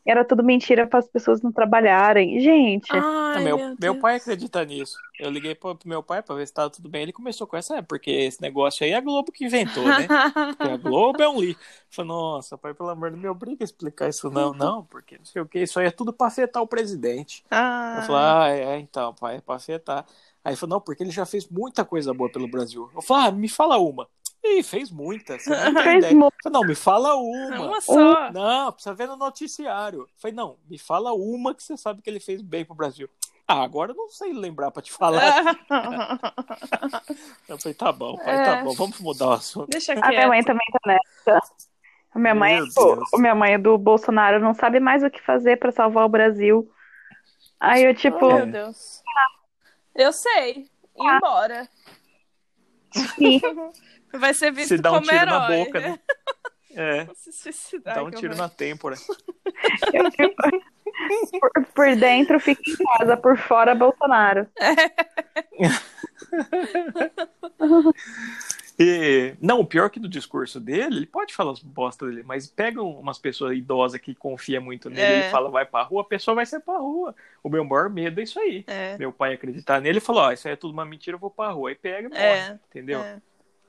[SPEAKER 3] Era tudo mentira para as pessoas não trabalharem. Gente,
[SPEAKER 1] Ai,
[SPEAKER 2] meu,
[SPEAKER 1] meu
[SPEAKER 2] meu
[SPEAKER 1] Deus.
[SPEAKER 2] pai acredita nisso. Eu liguei pro pro meu pai pra ver se tava tudo bem. Ele começou com essa, é, porque esse negócio aí é a Globo que inventou, né? Porque a Globo é um lixo. Falei, nossa, pai, pelo amor de Deus, me obriga a explicar isso não, não, porque não sei o que, isso aí é tudo pra afetar o presidente. Eu falei,
[SPEAKER 1] Ai.
[SPEAKER 2] ah, é, então, pai, é pra afetar. Aí ele falou, não, porque ele já fez muita coisa boa pelo Brasil. Eu falei, ah, me fala uma. Ih, fez muita, você não tem
[SPEAKER 3] fez
[SPEAKER 2] ideia. Eu
[SPEAKER 3] muito.
[SPEAKER 2] falei, não, me fala uma.
[SPEAKER 1] Ah, Uma só.
[SPEAKER 2] Não, precisa ver no noticiário. Eu Falei, não, me fala uma que você sabe que ele fez bem pro Brasil. Ah, agora eu não sei lembrar pra te falar. Eu falei, tá bom, pai, tá
[SPEAKER 1] É.
[SPEAKER 2] bom, vamos mudar o assunto.
[SPEAKER 1] Deixa
[SPEAKER 3] A minha
[SPEAKER 1] quieto.
[SPEAKER 3] mãe também tá nessa. A minha mãe,
[SPEAKER 2] Meu
[SPEAKER 3] o,
[SPEAKER 2] Deus.
[SPEAKER 3] o minha mãe é do Bolsonaro não sabe mais o que fazer para salvar o Brasil. Aí eu, tipo, Ah.
[SPEAKER 1] Ai, meu Deus. Ah, Eu sei. Ir embora.
[SPEAKER 3] sim,
[SPEAKER 1] Vai ser visto
[SPEAKER 2] Se dá um
[SPEAKER 1] como
[SPEAKER 2] tiro na
[SPEAKER 1] herói.
[SPEAKER 2] boca, né? É.
[SPEAKER 1] Vou Se suicidar.
[SPEAKER 2] Dá um
[SPEAKER 1] que
[SPEAKER 2] tiro
[SPEAKER 1] horror.
[SPEAKER 2] na têmpora.
[SPEAKER 3] eu, tipo, por, por dentro fica em casa, por fora Bolsonaro.
[SPEAKER 2] E, não, o pior é que do discurso dele, ele pode falar as bostas dele, mas pega umas pessoas idosas que confia muito nele,
[SPEAKER 1] É.
[SPEAKER 2] ele fala vai pra rua, a pessoa vai ser pra rua. O meu maior medo é isso aí.
[SPEAKER 1] É.
[SPEAKER 2] Meu pai acreditar nele e falou, ó, isso aí é tudo uma mentira, eu vou pra rua. Aí pega e morre,
[SPEAKER 1] É,
[SPEAKER 2] entendeu?
[SPEAKER 1] é.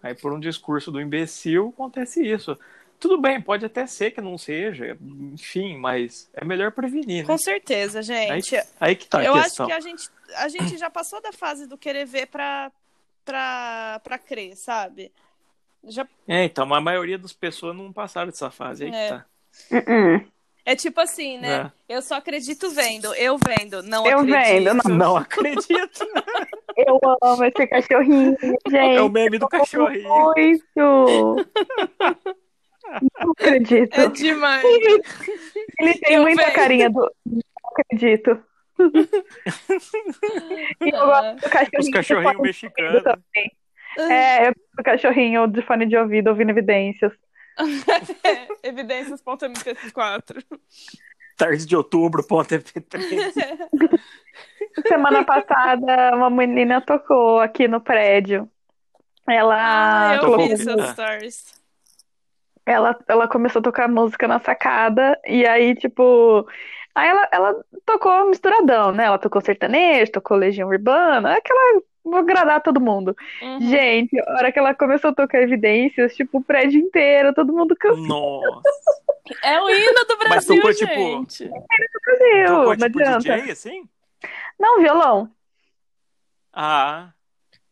[SPEAKER 2] Aí por um discurso do imbecil acontece isso. Tudo bem, pode até ser que não seja, enfim, mas é melhor prevenir, né?
[SPEAKER 1] Com certeza,
[SPEAKER 2] Aí,
[SPEAKER 1] gente.
[SPEAKER 2] aí que tá a
[SPEAKER 1] Eu acho
[SPEAKER 2] questão.
[SPEAKER 1] que a gente, a gente já passou da fase do querer ver pra, pra, pra crer, sabe? Já
[SPEAKER 2] É, então, a maioria das pessoas não passaram dessa fase, aí
[SPEAKER 1] É.
[SPEAKER 2] que tá.
[SPEAKER 3] Uh-uh.
[SPEAKER 1] É tipo assim, né? Eu só acredito vendo, eu vendo, não
[SPEAKER 3] Eu
[SPEAKER 1] acredito.
[SPEAKER 3] vendo,
[SPEAKER 2] É. Não acredito.
[SPEAKER 3] Eu amo esse cachorrinho,
[SPEAKER 2] É o
[SPEAKER 3] gente.
[SPEAKER 2] meme do cachorrinho.
[SPEAKER 3] Muito. Não acredito.
[SPEAKER 1] É demais.
[SPEAKER 3] Ele tem
[SPEAKER 1] Eu
[SPEAKER 3] muita
[SPEAKER 1] vejo.
[SPEAKER 3] carinha do. Não acredito. E eu gosto do cachorrinho.
[SPEAKER 2] Os
[SPEAKER 3] de
[SPEAKER 2] cachorrinhos
[SPEAKER 3] fone de ouvido
[SPEAKER 2] mexicanos.
[SPEAKER 3] também. É, eu gosto do cachorrinho de fone de ouvido ouvindo evidências. É.
[SPEAKER 1] Evidências.mp4.
[SPEAKER 2] Tarde de outubro, ponto MP3.
[SPEAKER 3] Semana passada, uma menina tocou aqui no prédio. Ela,
[SPEAKER 1] Ah, eu
[SPEAKER 2] colocou-
[SPEAKER 1] vi essas
[SPEAKER 2] Ah.
[SPEAKER 1] stories.
[SPEAKER 3] ela, ela começou a tocar música na sacada, e aí, tipo. Aí ela, ela tocou misturadão, né? Ela tocou sertanejo, tocou Legião Urbana, aquela vou agradar todo mundo.
[SPEAKER 1] Uhum.
[SPEAKER 3] Gente, a hora que ela começou a tocar evidências, tipo, o prédio inteiro, todo mundo cansou.
[SPEAKER 2] Nossa.
[SPEAKER 1] É o hino do
[SPEAKER 2] Mas
[SPEAKER 1] Brasil,
[SPEAKER 2] tocou, tipo,
[SPEAKER 1] gente.
[SPEAKER 2] Tocou,
[SPEAKER 3] Não
[SPEAKER 2] tipo,
[SPEAKER 3] adianta.
[SPEAKER 2] DJ, assim?
[SPEAKER 3] Não, violão.
[SPEAKER 2] Ah,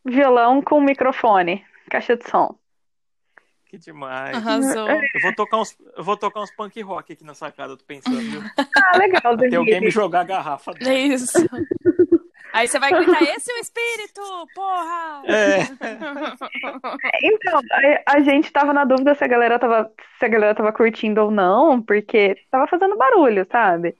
[SPEAKER 3] Violão com microfone, caixa de som.
[SPEAKER 2] é que demais.
[SPEAKER 1] Arrasou.
[SPEAKER 3] É.
[SPEAKER 2] Eu vou tocar uns, eu vou tocar uns punk rock aqui na sacada, eu tô pensando, viu?
[SPEAKER 3] Ah, legal,
[SPEAKER 2] Até alguém me
[SPEAKER 3] Denise.
[SPEAKER 2] jogar a garrafa.
[SPEAKER 1] É isso. Aí você vai gritar, esse é o espírito, porra!
[SPEAKER 2] É.
[SPEAKER 3] Então, a, a gente tava na dúvida se a galera tava, se a galera tava curtindo ou não, porque tava fazendo barulho, sabe?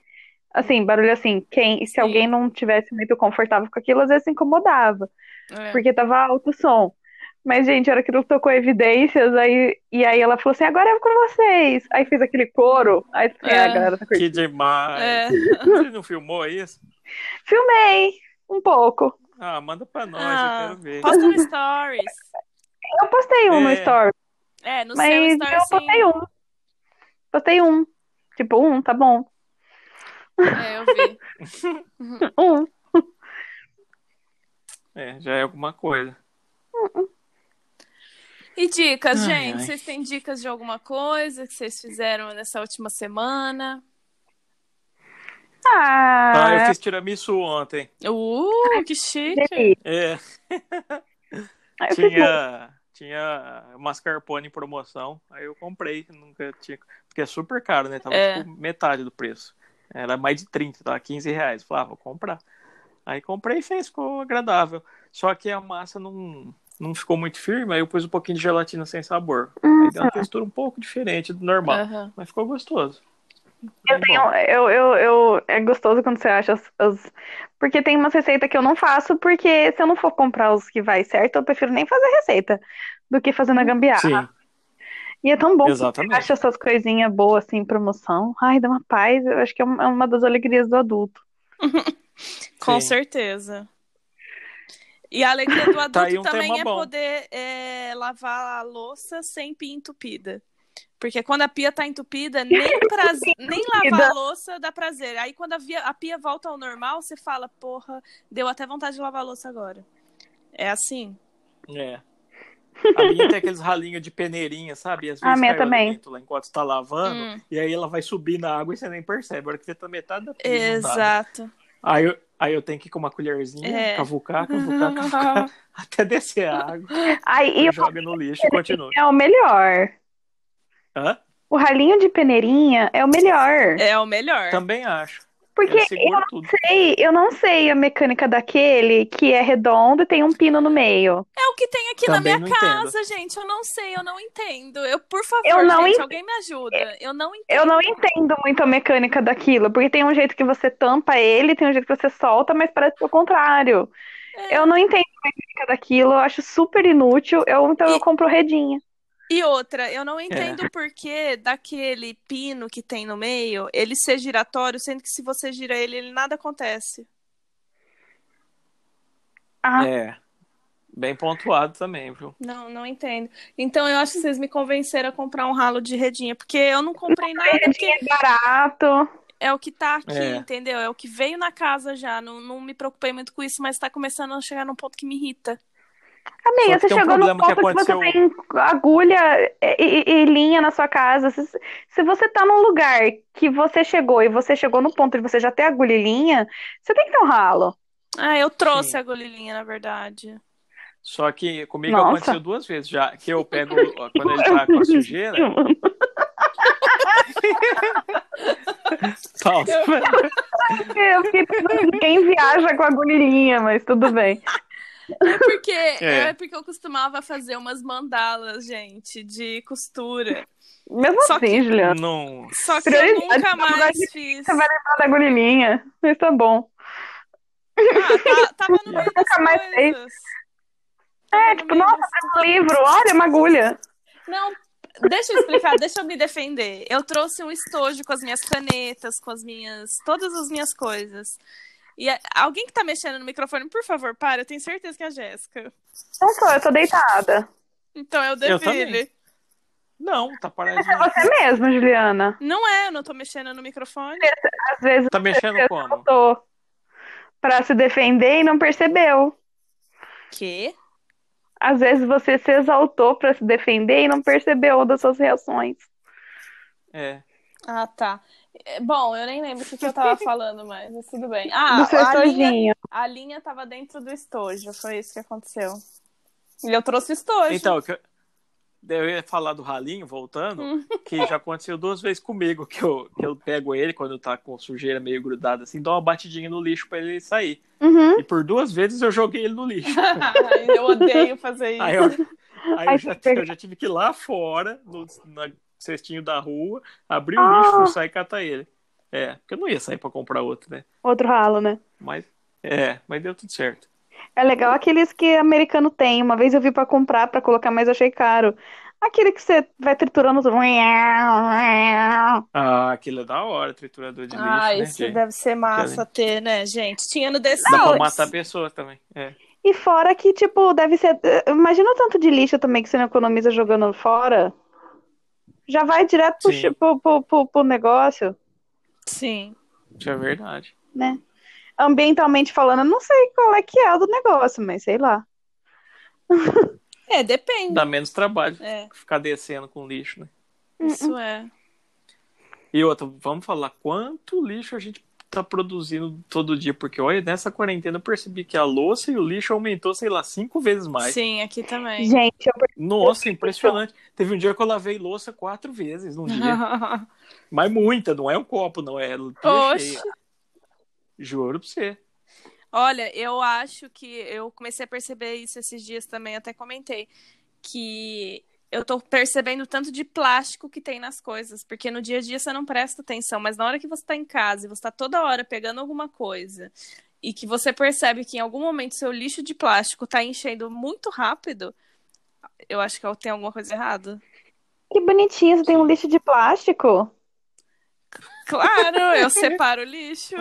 [SPEAKER 3] Assim, barulho assim, quem, se
[SPEAKER 1] Sim.
[SPEAKER 3] alguém não tivesse muito confortável com aquilo, às vezes se incomodava.
[SPEAKER 1] É.
[SPEAKER 3] porque tava alto o som. Mas, gente, a hora que ele tocou evidências, aí, e aí ela falou assim, agora é com vocês. Aí fez aquele coro, aí assim,
[SPEAKER 1] É.
[SPEAKER 3] a galera tá curtindo.
[SPEAKER 2] Que demais.
[SPEAKER 1] É.
[SPEAKER 2] Você não filmou isso?
[SPEAKER 3] Filmei um pouco.
[SPEAKER 2] Ah, manda pra nós,
[SPEAKER 1] Ah,
[SPEAKER 2] eu quero ver.
[SPEAKER 1] Posta no Stories.
[SPEAKER 3] Eu postei um no
[SPEAKER 2] É.
[SPEAKER 3] story,
[SPEAKER 1] É, no
[SPEAKER 3] mas
[SPEAKER 1] seu
[SPEAKER 3] eu
[SPEAKER 1] Stories.
[SPEAKER 3] postei um. Postei um. Tipo, um, tá bom.
[SPEAKER 1] sim. É, eu vi.
[SPEAKER 3] Um.
[SPEAKER 2] É, já é alguma coisa.
[SPEAKER 1] E dicas,
[SPEAKER 2] Ai,
[SPEAKER 1] gente?
[SPEAKER 2] ai.
[SPEAKER 1] Vocês têm dicas de alguma coisa que vocês fizeram nessa última semana?
[SPEAKER 2] Ah, eu
[SPEAKER 3] Ah,
[SPEAKER 2] fiz tiramisu ontem.
[SPEAKER 1] Uh, que chique!
[SPEAKER 3] aí.
[SPEAKER 2] É,
[SPEAKER 3] Aí eu fiz um. muito.
[SPEAKER 2] tinha, tinha mascarpone em promoção, aí eu comprei, nunca tinha, porque é super caro, né? Tava
[SPEAKER 1] É.
[SPEAKER 2] tipo, metade do preço. Era mais de 30, tava 15 reais. Falei, ah, vou comprar. Aí comprei e fez, ficou agradável. Só que a massa não, não ficou muito firme, aí eu pus um pouquinho de gelatina sem sabor.
[SPEAKER 3] Hum,
[SPEAKER 2] Aí deu uma textura um pouco diferente do normal,
[SPEAKER 1] Aham.
[SPEAKER 2] mas ficou gostoso.
[SPEAKER 3] É. Eu
[SPEAKER 2] Bem
[SPEAKER 3] tenho,
[SPEAKER 2] tá bom.
[SPEAKER 3] eu, eu, eu, é gostoso quando você acha as, as- Porque tem umas receitas que eu não faço, porque se eu não for comprar os que vai certo, eu prefiro nem fazer receita do que fazer na gambiarra.
[SPEAKER 2] Sim,
[SPEAKER 3] E é tão bom quando você
[SPEAKER 2] exatamente.
[SPEAKER 3] acha essas coisinhas boas, assim, em promoção. Ai, dá uma paz. Eu acho que é um- é uma das alegrias do adulto.
[SPEAKER 1] Com
[SPEAKER 2] Sim.
[SPEAKER 1] certeza. E a alegria do adulto
[SPEAKER 2] Tá aí um
[SPEAKER 1] também
[SPEAKER 2] tema
[SPEAKER 1] é
[SPEAKER 2] bom.
[SPEAKER 1] poder é, lavar a louça sem pia entupida. Porque quando a pia tá entupida, nem, praz- nem lavar a louça dá prazer. Aí quando a, via- a pia volta ao normal, você fala, porra, deu até vontade de lavar a louça agora. É assim?
[SPEAKER 2] É. A minha tem aqueles ralinhos de peneirinha, sabe? E Às
[SPEAKER 3] A minha
[SPEAKER 2] cai o
[SPEAKER 3] também.
[SPEAKER 2] alimento lá enquanto você tá lavando,
[SPEAKER 1] Hum,
[SPEAKER 2] e aí ela vai subir na água e você nem percebe. A hora que você tá metade da pia, não dá.
[SPEAKER 1] exato.
[SPEAKER 2] Aí eu, aí eu tenho que ir com uma colherzinha,
[SPEAKER 1] É.
[SPEAKER 2] cavucar, cavucar, cavucar, até descer a água.
[SPEAKER 3] Aí, e
[SPEAKER 2] Eu
[SPEAKER 3] o
[SPEAKER 2] jogo no lixo e continuo.
[SPEAKER 3] é o melhor.
[SPEAKER 2] Hã?
[SPEAKER 3] O ralinho de peneirinha é o melhor.
[SPEAKER 1] É o melhor.
[SPEAKER 2] Também acho.
[SPEAKER 3] Porque
[SPEAKER 2] Ele
[SPEAKER 3] eu
[SPEAKER 2] segura
[SPEAKER 3] não
[SPEAKER 2] tudo.
[SPEAKER 3] sei, eu não sei a mecânica daquele que é redondo e tem um pino no meio.
[SPEAKER 1] É o que tem aqui
[SPEAKER 2] Também
[SPEAKER 1] na
[SPEAKER 2] não
[SPEAKER 1] minha
[SPEAKER 2] entendo.
[SPEAKER 1] casa, gente. Eu não sei, eu não entendo. Eu, por favor,
[SPEAKER 3] Eu não
[SPEAKER 1] gente,
[SPEAKER 3] ent-
[SPEAKER 1] alguém me ajuda. Eu não entendo.
[SPEAKER 3] Eu não entendo muito a mecânica daquilo, porque tem um jeito que você tampa ele, tem um jeito que você solta, mas parece que é o contrário.
[SPEAKER 2] É.
[SPEAKER 3] Eu não entendo a mecânica daquilo, eu acho super inútil, eu, então eu
[SPEAKER 1] E-
[SPEAKER 3] compro redinha.
[SPEAKER 1] E outra, eu
[SPEAKER 2] É.
[SPEAKER 1] não entendo o porquê daquele pino que tem no meio, ele ser giratório, sendo que se você gira ele, ele nada acontece.
[SPEAKER 3] Ah,
[SPEAKER 2] É. Bem pontuado também, viu?
[SPEAKER 1] Não, não entendo. Então eu acho que vocês me convenceram a comprar um ralo de redinha, porque eu não comprei nada, porque
[SPEAKER 3] é barato.
[SPEAKER 1] é o que tá aqui,
[SPEAKER 2] É.
[SPEAKER 1] entendeu? É o que veio na casa já. Não, não me preocupei muito com isso, mas tá começando a chegar num ponto que me irrita.
[SPEAKER 2] Só
[SPEAKER 3] Amiga,
[SPEAKER 2] que
[SPEAKER 3] você
[SPEAKER 2] tem um
[SPEAKER 3] chegou no
[SPEAKER 2] problema que
[SPEAKER 3] ponto que você
[SPEAKER 2] aconteceu-
[SPEAKER 3] tem agulha e, e- e linha na sua casa. Se, se você tá num lugar que você chegou e você chegou no ponto de você já ter agulha e linha, você tem que ter um ralo.
[SPEAKER 1] Ah, eu trouxe
[SPEAKER 2] Sim.
[SPEAKER 1] a golilinha, na verdade.
[SPEAKER 2] Só que comigo
[SPEAKER 3] Nossa.
[SPEAKER 2] aconteceu duas vezes já, que eu pego ó, quando ele tá com a sujeira. Pausa.
[SPEAKER 3] Eu fiquei pensando, ninguém viaja com agulha e linha, mas tudo bem.
[SPEAKER 1] É porque,
[SPEAKER 2] É.
[SPEAKER 1] é porque eu costumava fazer umas mandalas, gente, de costura.
[SPEAKER 3] Mesmo
[SPEAKER 1] Só
[SPEAKER 3] assim, Juliana,
[SPEAKER 2] Não.
[SPEAKER 1] Só que eu
[SPEAKER 3] Prioridade,
[SPEAKER 1] nunca
[SPEAKER 3] na verdade,
[SPEAKER 1] mais fiz.
[SPEAKER 3] você vai lembrar da agulha e linha. Mas tá bom.
[SPEAKER 1] Ah, tá, tava no meio das
[SPEAKER 3] Nunca mais fez.
[SPEAKER 1] coisas. Tá
[SPEAKER 3] É,
[SPEAKER 1] No
[SPEAKER 3] tipo,
[SPEAKER 1] meio
[SPEAKER 3] nossa,
[SPEAKER 1] das-
[SPEAKER 3] tem um livro, olha, uma agulha.
[SPEAKER 1] Não, deixa eu explicar, deixa eu me defender. Eu trouxe um estojo com as minhas canetas, com as minhas. todas as minhas coisas. E a- alguém que tá mexendo no microfone, por favor, para, eu tenho certeza que é a Jéssica.
[SPEAKER 3] Não sou, eu tô deitada.
[SPEAKER 1] Então é o
[SPEAKER 2] Eu
[SPEAKER 1] Deville.
[SPEAKER 2] Não, tá
[SPEAKER 3] É
[SPEAKER 2] paradinho.
[SPEAKER 3] você mesma, Juliana.
[SPEAKER 1] Não é, eu não tô mexendo no microfone.
[SPEAKER 3] Às vezes
[SPEAKER 2] Tá mexendo
[SPEAKER 3] você
[SPEAKER 2] como?
[SPEAKER 3] voltou pra se defender e não percebeu.
[SPEAKER 1] Quê?
[SPEAKER 3] Às vezes você se exaltou pra se defender e não percebeu das suas reações.
[SPEAKER 2] É.
[SPEAKER 1] Ah, tá. É, Bom, eu nem lembro o que, que eu tava falando, mas tudo bem. Ah,
[SPEAKER 3] do seu
[SPEAKER 1] a linha,
[SPEAKER 3] estojinho.
[SPEAKER 1] a linha tava dentro do estojo, foi isso que aconteceu. E eu trouxe o estojo.
[SPEAKER 2] Então, que eu, eu ia falar do ralinho, voltando,
[SPEAKER 3] Hum.
[SPEAKER 2] que já aconteceu duas vezes comigo, que eu, que eu pego ele quando tá com sujeira meio grudada, assim, dou uma batidinha no lixo pra ele sair.
[SPEAKER 3] Uhum.
[SPEAKER 2] E por duas vezes eu joguei ele no lixo.
[SPEAKER 1] eu odeio fazer isso.
[SPEAKER 2] Aí Ah, eu, aí
[SPEAKER 3] Ai,
[SPEAKER 2] eu, já,
[SPEAKER 3] que
[SPEAKER 2] eu já tive que ir lá fora, no, na- cestinho da rua, abrir o lixo,
[SPEAKER 3] Ah.
[SPEAKER 2] fuçar e catar ele. É, porque eu não ia sair pra comprar outro, né?
[SPEAKER 3] Outro ralo, né?
[SPEAKER 2] Mas, é, mas deu tudo certo.
[SPEAKER 3] É legal aqueles que americano tem. Uma vez eu vi pra comprar, pra colocar, mas achei caro. Aquele que você vai triturando tudo.
[SPEAKER 2] Ah, aquilo é da hora, triturador de lixo,
[SPEAKER 1] Ah,
[SPEAKER 2] né,
[SPEAKER 1] isso
[SPEAKER 2] gente?
[SPEAKER 1] deve ser massa ter, né, gente? Tinha no The
[SPEAKER 2] Dá pra
[SPEAKER 1] Sims.
[SPEAKER 2] matar pessoas também. É.
[SPEAKER 3] E fora que, tipo, deve ser. Imagina o tanto de lixo também que você não economiza jogando fora. Já vai direto pro,
[SPEAKER 2] Sim.
[SPEAKER 3] chi- pro, pro, pro- pro negócio,
[SPEAKER 1] Sim.
[SPEAKER 2] Isso é verdade.
[SPEAKER 3] né? Ambientalmente falando, eu não sei qual é que é o do negócio, mas sei lá.
[SPEAKER 1] É, depende.
[SPEAKER 2] Dá menos trabalho
[SPEAKER 1] É,
[SPEAKER 2] ficar descendo com lixo, né?
[SPEAKER 1] isso é.
[SPEAKER 2] E outra, vamos falar quanto lixo a gente tá produzindo todo dia, porque olha, nessa quarentena eu percebi que a louça e o lixo aumentou, sei lá, cinco vezes mais.
[SPEAKER 1] Sim, aqui também.
[SPEAKER 3] Gente, eu
[SPEAKER 2] Nossa, impressionante. Teve um dia que eu lavei louça quatro vezes num um dia. Mas muita, não é um copo, não é.
[SPEAKER 1] Oxe.
[SPEAKER 2] cheia. Juro pra você.
[SPEAKER 1] Olha, eu acho que eu comecei a perceber isso esses dias também, até comentei, que eu tô percebendo o tanto de plástico que tem nas coisas, porque no dia a dia você não presta atenção, mas na hora que você tá em casa e você tá toda hora pegando alguma coisa e que você percebe que em algum momento seu lixo de plástico tá enchendo muito rápido, eu acho que tem alguma coisa errada.
[SPEAKER 3] Que bonitinho, você tem um lixo de plástico.
[SPEAKER 1] Claro, eu separo o lixo.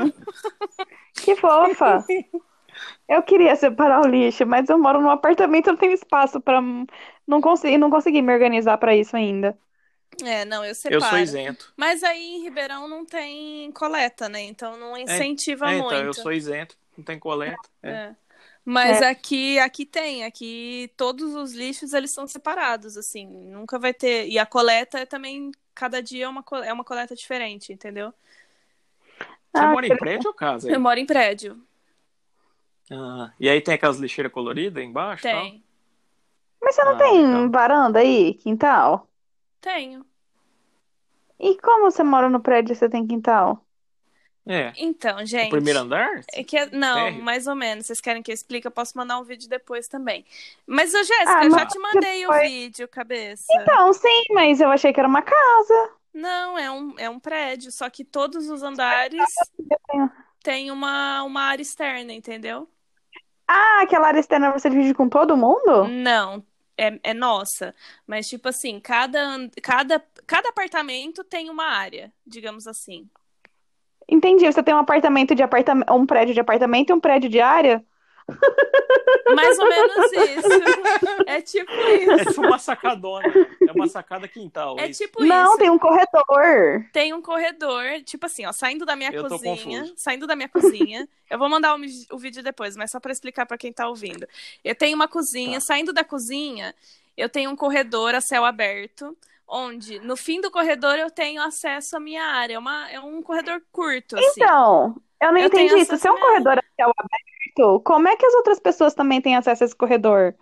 [SPEAKER 3] Que fofa. Eu queria separar o lixo, mas eu moro num apartamento, eu não tenho espaço pra. não consegui, não consegui me organizar pra isso ainda.
[SPEAKER 1] É, não, eu separo.
[SPEAKER 2] Eu sou isento.
[SPEAKER 1] Mas aí em Ribeirão não tem coleta, né? Então não incentiva
[SPEAKER 2] É,
[SPEAKER 1] muito.
[SPEAKER 2] então, eu sou isento, não tem coleta. É.
[SPEAKER 1] É. Mas aqui, aqui tem, aqui todos os lixos eles são separados, assim, nunca vai ter. E a coleta é também cada dia é uma co- é uma coleta diferente, entendeu?
[SPEAKER 2] Você
[SPEAKER 3] Ah,
[SPEAKER 2] mora em prédio ou casa? aí?
[SPEAKER 1] Eu moro em prédio,
[SPEAKER 2] Ah, e aí tem aquelas lixeiras coloridas embaixo? e
[SPEAKER 1] tem,
[SPEAKER 3] Mas você não
[SPEAKER 2] Ah,
[SPEAKER 3] tem
[SPEAKER 1] então?
[SPEAKER 2] legal.
[SPEAKER 3] varanda aí, quintal?
[SPEAKER 1] tenho.
[SPEAKER 3] E como você mora no prédio e você tem quintal?
[SPEAKER 2] tal? É.
[SPEAKER 1] Então, gente.
[SPEAKER 2] O primeiro andar?
[SPEAKER 1] É que é- não,
[SPEAKER 2] Sério?
[SPEAKER 1] mais ou menos. Vocês querem que eu explique? Eu posso mandar um vídeo depois também. Mas, ô, Jéssica,
[SPEAKER 3] Ah,
[SPEAKER 1] eu já
[SPEAKER 3] mas
[SPEAKER 1] te mandei o
[SPEAKER 3] depois-
[SPEAKER 1] vídeo, cabeça.
[SPEAKER 3] Então, sim, mas eu achei que era uma casa.
[SPEAKER 1] Não, é um, é um prédio, só que todos os andares
[SPEAKER 3] tenho.
[SPEAKER 1] tem uma, uma área externa, entendeu?
[SPEAKER 3] Ah, aquela área externa você divide com todo mundo?
[SPEAKER 1] Não, é, é nossa. Mas, tipo assim, cada, and- cada, cada apartamento tem uma área, digamos assim.
[SPEAKER 3] Entendi, você tem um apartamento de apartamento, um prédio de apartamento e um prédio de área?
[SPEAKER 1] Mais ou menos isso. É tipo
[SPEAKER 2] É
[SPEAKER 1] isso.
[SPEAKER 2] tipo uma sacadona. É uma sacada quintal.
[SPEAKER 1] É
[SPEAKER 2] isso.
[SPEAKER 1] tipo
[SPEAKER 3] Não,
[SPEAKER 1] isso.
[SPEAKER 3] tem um corredor.
[SPEAKER 1] Tem um corredor, tipo assim, ó, saindo da minha
[SPEAKER 2] Eu tô
[SPEAKER 1] cozinha,
[SPEAKER 2] confuso.
[SPEAKER 1] saindo da minha cozinha. Eu vou mandar o, mi- o vídeo depois, mas só pra explicar pra quem tá ouvindo. Eu tenho uma cozinha,
[SPEAKER 2] Tá.
[SPEAKER 1] saindo da cozinha, eu tenho um corredor a céu aberto, onde no fim do corredor eu tenho acesso à minha área. É, uma, é um corredor curto, assim.
[SPEAKER 3] Então, eu não
[SPEAKER 1] Eu tenho
[SPEAKER 3] entendi isso.
[SPEAKER 1] acesso
[SPEAKER 3] Se é um
[SPEAKER 1] mesmo.
[SPEAKER 3] corredor a céu aberto, como é que as outras pessoas também têm acesso a esse corredor?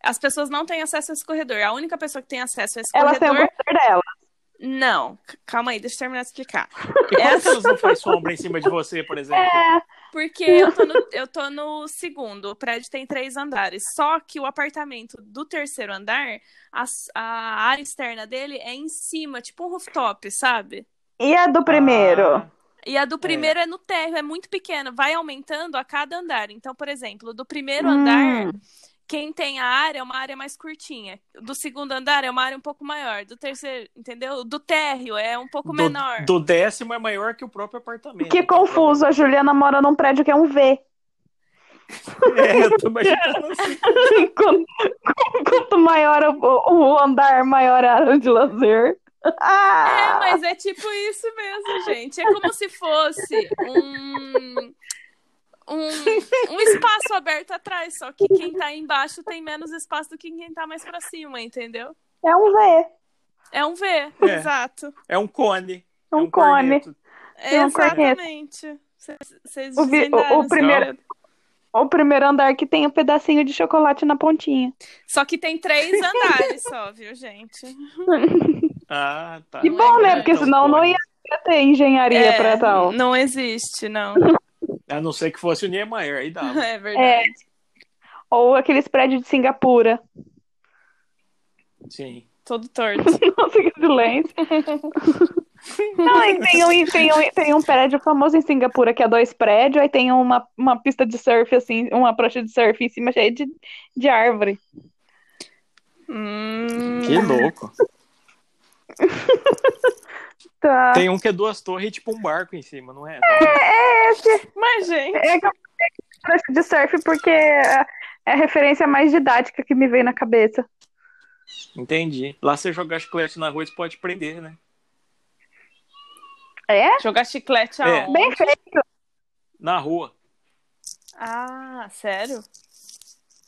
[SPEAKER 1] As pessoas não têm acesso a esse corredor. A única pessoa que tem acesso a esse
[SPEAKER 3] Elas têm o
[SPEAKER 1] corredor.
[SPEAKER 3] corredor dela.
[SPEAKER 1] Não, C- calma aí, deixa eu terminar de explicar. É
[SPEAKER 2] E como é que elas não fazem sombra em cima de você, por exemplo?
[SPEAKER 3] É,
[SPEAKER 1] Porque eu tô, no, eu tô no segundo, o prédio tem três andares. Só que o apartamento do terceiro andar, a, s- a área externa dele é em cima, tipo um rooftop, sabe?
[SPEAKER 3] E a do primeiro?
[SPEAKER 2] Ah,
[SPEAKER 1] E a do primeiro é, no térreo, é muito pequena, vai aumentando a cada andar. Então, por exemplo, do primeiro andar,
[SPEAKER 3] Hum,
[SPEAKER 1] quem tem a área é uma área mais curtinha. Do segundo andar é uma área um pouco maior. Do terceiro, entendeu? Do térreo é um pouco menor.
[SPEAKER 2] do, do décimo é maior que o próprio apartamento.
[SPEAKER 3] que confuso, a Juliana mora num prédio que é um V.
[SPEAKER 2] É, eu tô imaginando assim.
[SPEAKER 3] Quanto, quanto maior o, o andar, maior a área de lazer.
[SPEAKER 1] É,
[SPEAKER 3] Ah,
[SPEAKER 1] mas é tipo isso mesmo, gente. É como se fosse um. um, um espaço aberto atrás, só que quem tá embaixo tem menos espaço do que quem tá mais pra cima, entendeu?
[SPEAKER 3] É um V.
[SPEAKER 1] É um V,
[SPEAKER 2] É.
[SPEAKER 1] exato.
[SPEAKER 2] É um cone.
[SPEAKER 3] É um cone.
[SPEAKER 2] corneto.
[SPEAKER 1] É
[SPEAKER 3] Não conheço.
[SPEAKER 1] exatamente. Vocês- Vocês
[SPEAKER 3] O vi-
[SPEAKER 1] desvendaram
[SPEAKER 3] o- o
[SPEAKER 1] esse
[SPEAKER 3] primeiro-
[SPEAKER 1] segredo.
[SPEAKER 3] O primeiro andar que tem um pedacinho de chocolate na pontinha.
[SPEAKER 1] Só que tem três andares só, viu, gente?
[SPEAKER 2] Ah, tá.
[SPEAKER 3] Que bom, né? Porque
[SPEAKER 2] Então, É,
[SPEAKER 3] senão não
[SPEAKER 2] cone.
[SPEAKER 3] ia ter engenharia pra tal.
[SPEAKER 1] É, Não existe, não.
[SPEAKER 2] A não ser que fosse o Niemeyer, aí dava.
[SPEAKER 1] É verdade.
[SPEAKER 3] Ou aqueles prédios de Singapura.
[SPEAKER 2] Sim.
[SPEAKER 1] Todo torto.
[SPEAKER 3] Não fica silêncio. Não, e tem um, e tem, um, e tem um prédio famoso em Singapura que é dois prédios, aí tem uma, uma pista de surf, assim, uma prancha de surf em cima cheia de, de árvore.
[SPEAKER 1] Hum,
[SPEAKER 2] Que louco.
[SPEAKER 3] Tá.
[SPEAKER 2] Tem um que é duas torres e tipo um barco em cima, não é?
[SPEAKER 1] Mas, gente,
[SPEAKER 3] É que eu falei que prancha de surf porque é é a referência mais didática que me veio na cabeça.
[SPEAKER 2] Entendi. Lá você jogar chiclete na rua, você pode prender, né?
[SPEAKER 3] É?
[SPEAKER 1] jogar chiclete
[SPEAKER 2] É.
[SPEAKER 1] aonde?
[SPEAKER 3] Bem feito.
[SPEAKER 2] Na rua.
[SPEAKER 1] Ah, sério?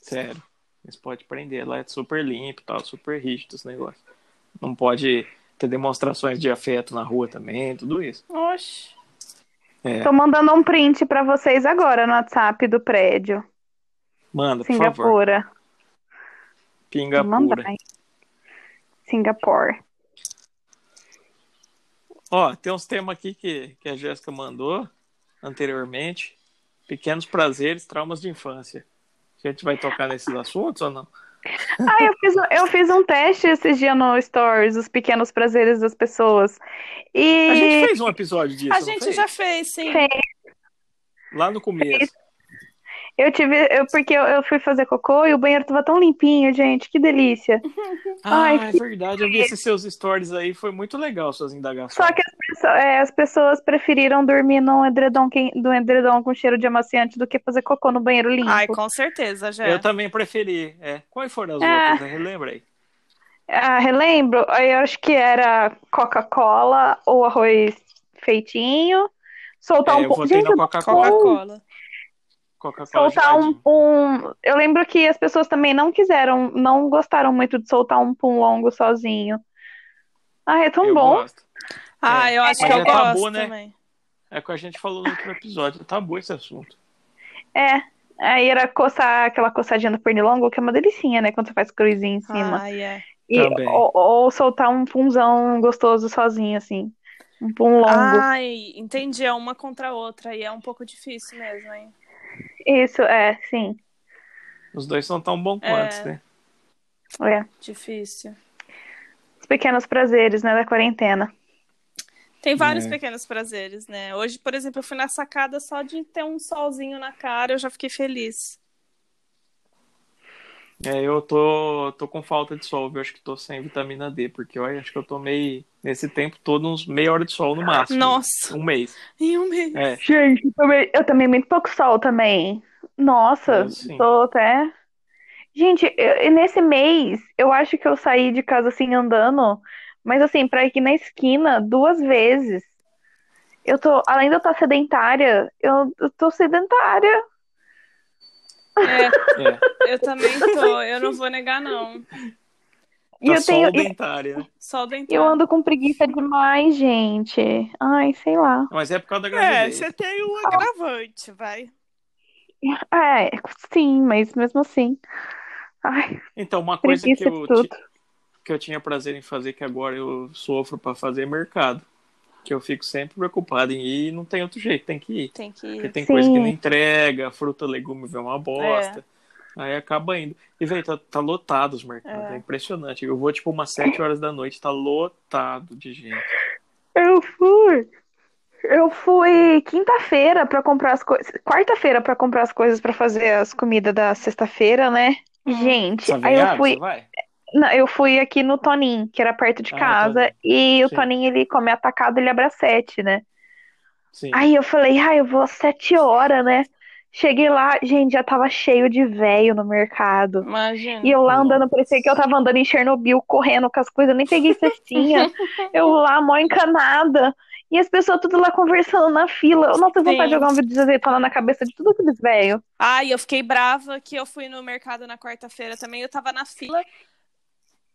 [SPEAKER 2] Sério. Eles podem prender. Lá é super limpo e tal, super rígido esse negócio. Não pode ter demonstrações de afeto na rua também, tudo isso.
[SPEAKER 1] Oxe.
[SPEAKER 2] É.
[SPEAKER 3] Tô mandando um print pra vocês agora no WhatsApp do prédio.
[SPEAKER 2] Manda, por favor.
[SPEAKER 3] Singapura.
[SPEAKER 2] Pinga
[SPEAKER 3] Mandar,
[SPEAKER 2] pura.
[SPEAKER 3] hein? Singapore.
[SPEAKER 2] Ó, tem uns temas aqui que, que a Jéssica mandou anteriormente. Pequenos prazeres, traumas de infância. A gente vai tocar nesses assuntos ou não?
[SPEAKER 3] Ah, eu fiz, eu fiz um teste esses dias no Stories, os pequenos prazeres das pessoas.
[SPEAKER 2] A gente
[SPEAKER 3] E
[SPEAKER 2] fez um episódio disso,
[SPEAKER 1] A
[SPEAKER 2] não
[SPEAKER 1] gente
[SPEAKER 2] fez?
[SPEAKER 1] já fez, sim.
[SPEAKER 2] Lá no começo.
[SPEAKER 3] eu tive. eu- porque eu, eu fui fazer cocô e o banheiro tava tão limpinho, gente. Que delícia.
[SPEAKER 2] Ah,
[SPEAKER 3] Ai,
[SPEAKER 2] é verdade. Eu vi esses seus stories aí. Foi muito legal suas indagações.
[SPEAKER 3] Só que as, pesso- é, as pessoas preferiram dormir num edredom, quem, do edredom com cheiro de amaciante do que fazer cocô no banheiro limpo.
[SPEAKER 1] Ai, com certeza, já.
[SPEAKER 2] Eu também preferi. É. Quais foram as
[SPEAKER 3] Ah.
[SPEAKER 2] outras? né? Relembra aí.
[SPEAKER 3] Ah, relembro, eu acho que era Coca-Cola ou arroz feitinho, soltar
[SPEAKER 2] É,
[SPEAKER 3] um
[SPEAKER 2] eu
[SPEAKER 3] pouco.
[SPEAKER 2] votei
[SPEAKER 3] Gente,
[SPEAKER 2] na
[SPEAKER 3] eu não
[SPEAKER 2] Coca-Cola.
[SPEAKER 3] vou
[SPEAKER 1] Coca-Cola.
[SPEAKER 2] É. Coca-Cola
[SPEAKER 3] soltar um,
[SPEAKER 2] geladinho.
[SPEAKER 3] um. Eu lembro que as pessoas também não quiseram, não gostaram muito de soltar um pum longo sozinho. Ah, é tão
[SPEAKER 2] Eu
[SPEAKER 3] bom.
[SPEAKER 2] gosto.
[SPEAKER 1] Ah, eu acho
[SPEAKER 2] Mas
[SPEAKER 1] que eu
[SPEAKER 2] já tá
[SPEAKER 1] gosto
[SPEAKER 2] bom, né?
[SPEAKER 1] também.
[SPEAKER 2] É o que a gente falou no outro episódio. Tá bom esse assunto.
[SPEAKER 3] É. Aí era coçar aquela coçadinha no pernilongo, que é uma delicinha, né? Quando você faz cruzinha em cima.
[SPEAKER 1] Ah, é.
[SPEAKER 3] E,
[SPEAKER 2] também.
[SPEAKER 3] ou, ou soltar um punzão gostoso sozinho, assim. Um pum longo.
[SPEAKER 1] Ah. Ai, entendi. É uma contra a outra e é um pouco difícil mesmo, hein?
[SPEAKER 3] Isso, é, sim.
[SPEAKER 2] Os dois são tão bons
[SPEAKER 1] É.
[SPEAKER 2] quantos, né?
[SPEAKER 3] É.
[SPEAKER 1] Difícil.
[SPEAKER 3] Os pequenos prazeres, né, da quarentena.
[SPEAKER 1] Tem vários
[SPEAKER 2] É.
[SPEAKER 1] pequenos prazeres, né? Hoje, por exemplo, eu fui na sacada só de ter um solzinho na cara, eu já fiquei feliz.
[SPEAKER 2] É, eu tô, tô com falta de sol, viu? Acho que tô sem vitamina D, porque eu acho que eu tomei nesse tempo todo uns meia hora de sol no máximo.
[SPEAKER 1] Nossa,
[SPEAKER 2] Um mês.
[SPEAKER 1] em um mês.
[SPEAKER 2] É.
[SPEAKER 3] Gente, eu tomei, eu tomei muito pouco sol também. Nossa,
[SPEAKER 2] Eu É, sim.
[SPEAKER 3] tô até. Gente, eu- e nesse mês, eu acho que eu saí de casa assim andando, mas assim, pra aqui na esquina duas vezes. Eu tô, além de eu estar sedentária, eu, eu tô sedentária.
[SPEAKER 1] É,
[SPEAKER 2] É.
[SPEAKER 1] eu também tô, eu não vou negar, não.
[SPEAKER 3] E
[SPEAKER 2] Tá
[SPEAKER 3] eu
[SPEAKER 2] sol
[SPEAKER 3] tenho,
[SPEAKER 2] dentária, né?
[SPEAKER 1] Sol
[SPEAKER 3] eu
[SPEAKER 1] dental.
[SPEAKER 3] ando com preguiça demais, gente. Ai, sei lá.
[SPEAKER 2] Mas é por causa da gravidez.
[SPEAKER 1] tem um agravante, vai.
[SPEAKER 3] É, sim, mas mesmo assim. Ai,
[SPEAKER 2] Então, uma coisa que
[SPEAKER 3] preguiça de
[SPEAKER 2] eu, ti-
[SPEAKER 3] tudo.
[SPEAKER 2] que eu tinha prazer em fazer, que agora eu sofro pra fazer, é mercado. Que eu fico sempre preocupado em ir e não tem outro jeito, tem que ir.
[SPEAKER 1] Tem que
[SPEAKER 2] Porque
[SPEAKER 1] ir.
[SPEAKER 2] tem
[SPEAKER 3] Sim. É.
[SPEAKER 2] coisa que não entrega, fruta, legume vê uma bosta. Aí acaba indo. E, velho, tá, tá lotado os mercados.
[SPEAKER 1] É.
[SPEAKER 2] É. impressionante. Eu vou, tipo, umas 7 horas da noite, tá lotado de gente.
[SPEAKER 3] Eu fui. Eu fui quinta-feira pra comprar as coisas, quarta-feira pra comprar as coisas pra fazer as comidas da sexta-feira, né?
[SPEAKER 1] Hum.
[SPEAKER 3] Gente, aí eu
[SPEAKER 2] Saviado,
[SPEAKER 3] fui,
[SPEAKER 2] você vai?
[SPEAKER 3] não, eu fui aqui no Tonin, que era perto de
[SPEAKER 2] Ah,
[SPEAKER 3] casa,
[SPEAKER 2] Tonin.
[SPEAKER 3] e o
[SPEAKER 2] Sim.
[SPEAKER 3] Tonin ele come atacado, ele abre às sete, né?
[SPEAKER 2] Sim.
[SPEAKER 3] Aí eu falei, ah, eu vou às sete horas, né? Cheguei lá, gente, já tava cheio de véio no mercado.
[SPEAKER 1] Imagina.
[SPEAKER 3] E eu lá andando,
[SPEAKER 2] Nossa.
[SPEAKER 3] parecia que eu tava andando em Chernobyl, correndo com as coisas, eu nem peguei cestinha. Eu lá, mó encanada. E as pessoas tudo lá conversando na fila. Eu não tenho vontade
[SPEAKER 1] Sim.
[SPEAKER 3] de jogar um vídeo de azeitona na cabeça de tudo aqueles velho.
[SPEAKER 1] Ai, eu fiquei brava que eu fui no mercado na quarta-feira também. Eu tava na fila.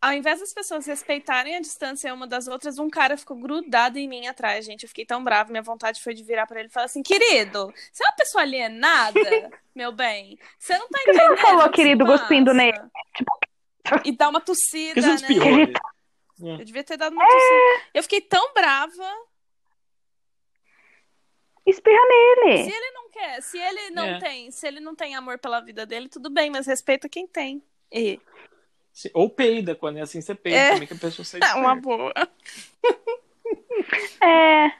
[SPEAKER 1] Ao invés das pessoas respeitarem a distância uma das outras, um cara ficou grudado em mim atrás, gente. Eu fiquei tão brava. Minha vontade foi de virar pra ele e falar assim: querido, você é uma pessoa alienada, meu bem. Você não tá
[SPEAKER 3] que você não
[SPEAKER 1] entendendo.
[SPEAKER 3] falou,
[SPEAKER 1] o que se
[SPEAKER 3] querido,
[SPEAKER 1] passa?"
[SPEAKER 3] cuspindo nele?
[SPEAKER 1] E dá uma
[SPEAKER 2] Por que
[SPEAKER 1] tossida,
[SPEAKER 2] você
[SPEAKER 1] né?
[SPEAKER 2] espirrou nele?
[SPEAKER 1] Eu devia ter dado uma tossida.
[SPEAKER 3] É.
[SPEAKER 1] Eu fiquei tão brava.
[SPEAKER 3] Espirra
[SPEAKER 1] Se
[SPEAKER 3] nele.
[SPEAKER 1] ele não quer, se ele não
[SPEAKER 2] É.
[SPEAKER 1] tem, se ele não tem amor pela vida dele, tudo bem, mas respeita quem tem. E...
[SPEAKER 2] Se- Ou peida, quando é assim você peida,
[SPEAKER 1] É.
[SPEAKER 2] também que a pessoa sai
[SPEAKER 1] É uma
[SPEAKER 2] desperta.
[SPEAKER 1] boa.
[SPEAKER 3] É.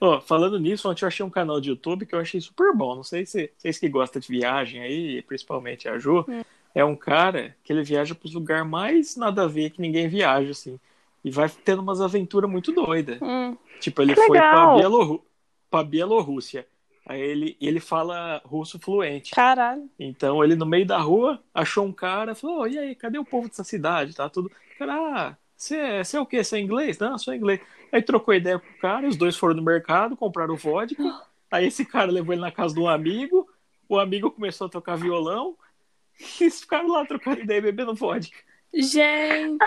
[SPEAKER 2] Ó, falando nisso, ontem eu achei um canal de YouTube que eu achei super bom. Não sei se vocês que gostam de viagem aí, principalmente a Ju,
[SPEAKER 3] Hum.
[SPEAKER 2] é um cara que ele viaja pros lugares mais nada a ver que ninguém viaja, assim. E vai tendo umas aventuras muito doidas.
[SPEAKER 1] Hum.
[SPEAKER 2] Tipo, ele
[SPEAKER 3] Que
[SPEAKER 2] foi pra,
[SPEAKER 3] legal.
[SPEAKER 2] Bielorru... pra Bielorrússia. Aí ele, ele fala russo fluente.
[SPEAKER 1] Caralho.
[SPEAKER 2] Então ele no meio da rua achou um cara, falou: "Ô, e aí, cadê o povo dessa cidade? Tá tudo. O Cara, ah, você é, você é o quê? Você é inglês? Não, eu sou inglês. Aí trocou ideia com o cara, os dois foram no mercado, compraram vodka. Aí esse cara levou ele na casa de um amigo, o amigo começou a tocar violão, e eles ficaram lá trocando ideia, bebendo vodka.
[SPEAKER 1] Gente.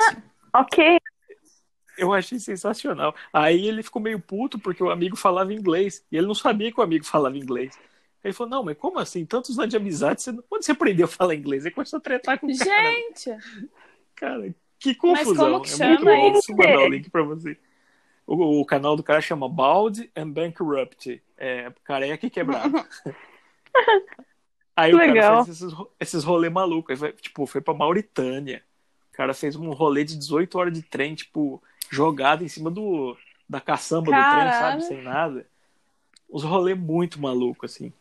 [SPEAKER 3] Ok.
[SPEAKER 2] Eu achei sensacional. Aí ele ficou meio puto porque o amigo falava inglês e ele não sabia que o amigo falava inglês. Aí ele falou: Não, mas como assim? Tantos anos de amizade, você... não- quando você aprendeu a falar inglês? Aí começou a tretar com o cara.
[SPEAKER 1] Gente.
[SPEAKER 2] Cara, que confusão.
[SPEAKER 1] Mas como que
[SPEAKER 2] é muito
[SPEAKER 1] chama
[SPEAKER 2] bom.
[SPEAKER 3] isso?
[SPEAKER 2] Vou mandar o link pra você. O, o canal do cara chama Bald and Bankrupt. É, careca e quebrado. Aí o cara
[SPEAKER 3] Legal.
[SPEAKER 2] fez esses, ro- esses rolê maluco. Aí vai- tipo, foi pra Mauritânia. O cara fez um rolê de 18 horas de trem, tipo, jogado em cima do, da caçamba do trem,
[SPEAKER 1] Caralho.
[SPEAKER 2] sabe? Sem nada. Uns rolê muito maluco, assim.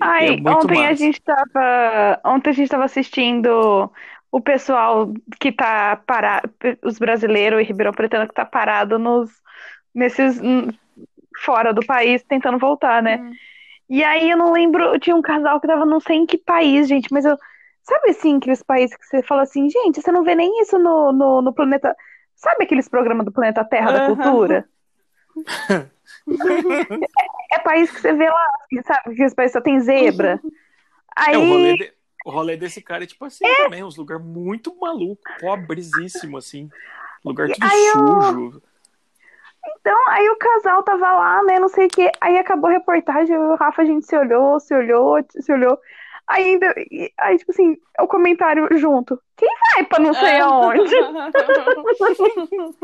[SPEAKER 3] Ai,
[SPEAKER 2] É muito
[SPEAKER 3] ontem a
[SPEAKER 2] massa.
[SPEAKER 3] gente tava. Ontem a gente tava assistindo o pessoal que tá parado. Os brasileiros e Ribeirão Pretano que tá parado nos. nesses. hum, fora do país tentando voltar, né?
[SPEAKER 1] Hum.
[SPEAKER 3] E aí eu não lembro, tinha um casal que tava não sei em que país, gente, mas eu. Sabe assim, aqueles países que você fala assim, gente, você não vê nem isso no, no, no planeta. Sabe aqueles programas do Planeta Terra da
[SPEAKER 1] Aham.
[SPEAKER 3] Cultura? É, é país que você vê lá, assim, sabe? Aqueles países só tem zebra.
[SPEAKER 2] É, o,
[SPEAKER 3] Aí,
[SPEAKER 2] rolê de- o rolê desse cara é tipo assim também, uns lugar muito maluco, pobrezíssimo, assim. Lugar tudo
[SPEAKER 3] Aí eu-
[SPEAKER 2] sujo.
[SPEAKER 3] então, aí o casal tava lá, né? Não sei o quê. Aí acabou a reportagem, eu e o Rafa, a gente se olhou, se olhou, se olhou. Aí Ainda, e- aí, tipo assim, o comentário junto. Quem vai pra não
[SPEAKER 1] É.
[SPEAKER 3] sei
[SPEAKER 1] Ah.
[SPEAKER 3] aonde? muito É, lugar. Ou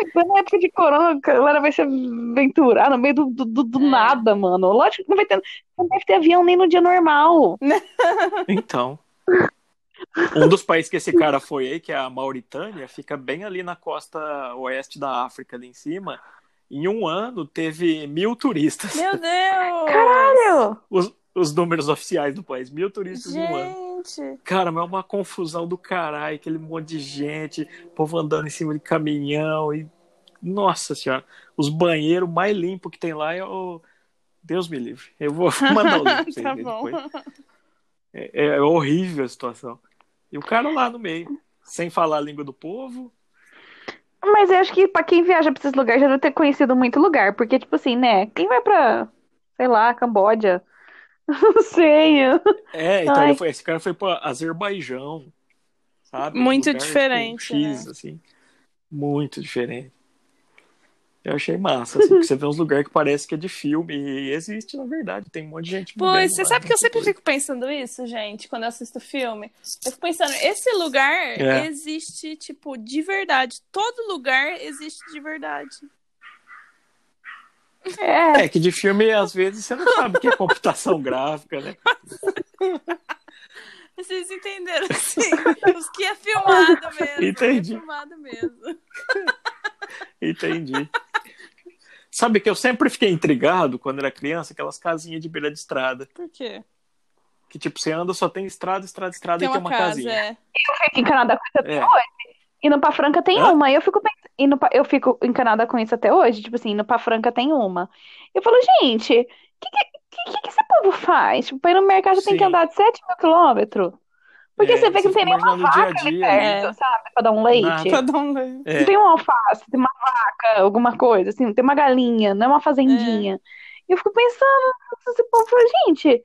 [SPEAKER 3] então, na época de corona, a galera vai se aventurar no meio do, do, do- do
[SPEAKER 1] É.
[SPEAKER 3] nada, mano. Lógico que não vai ter. Não deve ter avião nem no dia normal.
[SPEAKER 2] Então. Um dos países que esse cara foi aí, que é a Mauritânia, fica bem ali na costa oeste da África, ali em cima. Em um ano teve mil turistas.
[SPEAKER 1] Meu Deus.
[SPEAKER 3] Meu,
[SPEAKER 2] Os, os números oficiais do país, mil turistas em um ano.
[SPEAKER 1] Gente.
[SPEAKER 2] Cara, mas é uma confusão do caralho, aquele monte de gente, povo andando em cima de caminhão e. Nossa senhora, os banheiros mais limpos que tem lá é o. Deus me livre. Eu vou mandar o link pra vocês
[SPEAKER 1] tá
[SPEAKER 2] verem
[SPEAKER 1] bom.
[SPEAKER 2] depois. É, é horrível a situação. E o cara lá no meio, sem falar a língua do povo.
[SPEAKER 3] Mas eu acho que pra quem viaja pra esses lugares já deve ter conhecido muito lugar. Porque, tipo assim, né? Quem vai pra, sei lá, Camboja? Não sei.
[SPEAKER 2] É, então
[SPEAKER 3] Ai.
[SPEAKER 2] ele foi- esse cara foi pra Azerbaijão, sabe? Um
[SPEAKER 1] Muito
[SPEAKER 2] lugar, tipo,
[SPEAKER 1] diferente, né?
[SPEAKER 2] X, assim. Muito diferente. Eu achei massa, assim, porque você vê uns lugares que parece que é de filme e existe, na verdade. Tem um monte de gente.
[SPEAKER 1] Pois,
[SPEAKER 2] vivendo
[SPEAKER 1] você
[SPEAKER 2] lá,
[SPEAKER 1] sabe que eu sempre
[SPEAKER 2] muita
[SPEAKER 1] fico pensando isso, gente, quando eu assisto filme? Eu fico pensando, esse lugar
[SPEAKER 2] É.
[SPEAKER 1] existe, tipo, de verdade. Todo lugar existe de verdade.
[SPEAKER 3] É.
[SPEAKER 2] coisa. É que de filme, às vezes, você não sabe o que é computação gráfica, né?
[SPEAKER 1] Vocês entenderam, assim, os que é filmado mesmo.
[SPEAKER 2] Entendi.
[SPEAKER 1] É filmado mesmo.
[SPEAKER 2] Entendi. Sabe que eu sempre fiquei intrigado quando era criança, aquelas casinhas de beira de estrada.
[SPEAKER 1] Por quê?
[SPEAKER 2] Que tipo, você anda, só tem estrada, estrada, estrada
[SPEAKER 1] Tem
[SPEAKER 2] e
[SPEAKER 1] uma,
[SPEAKER 2] tem uma
[SPEAKER 1] casa,
[SPEAKER 2] casinha.
[SPEAKER 1] é.
[SPEAKER 3] Fico encanada com isso até
[SPEAKER 2] É.
[SPEAKER 3] hoje. Indo pra Franca tem
[SPEAKER 2] Hã?
[SPEAKER 3] uma. E eu fico pensando, indo pra- eu fico encanada com isso até hoje. Tipo assim, indo pra Franca tem uma. Eu falo, gente, o que, que, que, que esse povo faz? Tipo, pra ir no mercado tem que
[SPEAKER 2] Sim.
[SPEAKER 3] andar de 7 mil quilômetros. Porque
[SPEAKER 2] É,
[SPEAKER 3] você vê que não
[SPEAKER 2] você
[SPEAKER 3] tem
[SPEAKER 2] fica é.
[SPEAKER 3] nenhuma
[SPEAKER 2] imaginando
[SPEAKER 3] vaca
[SPEAKER 2] o dia a
[SPEAKER 3] ali
[SPEAKER 2] dia,
[SPEAKER 1] né?
[SPEAKER 3] perto, sabe? Pra dar um leite.
[SPEAKER 2] Nada.
[SPEAKER 1] Pra dar um leite.
[SPEAKER 2] É.
[SPEAKER 3] Não tem um alface, tem uma vaca, alguma coisa, assim, não tem uma galinha, não é uma fazendinha. E eu fico pensando, esse povo fala, gente,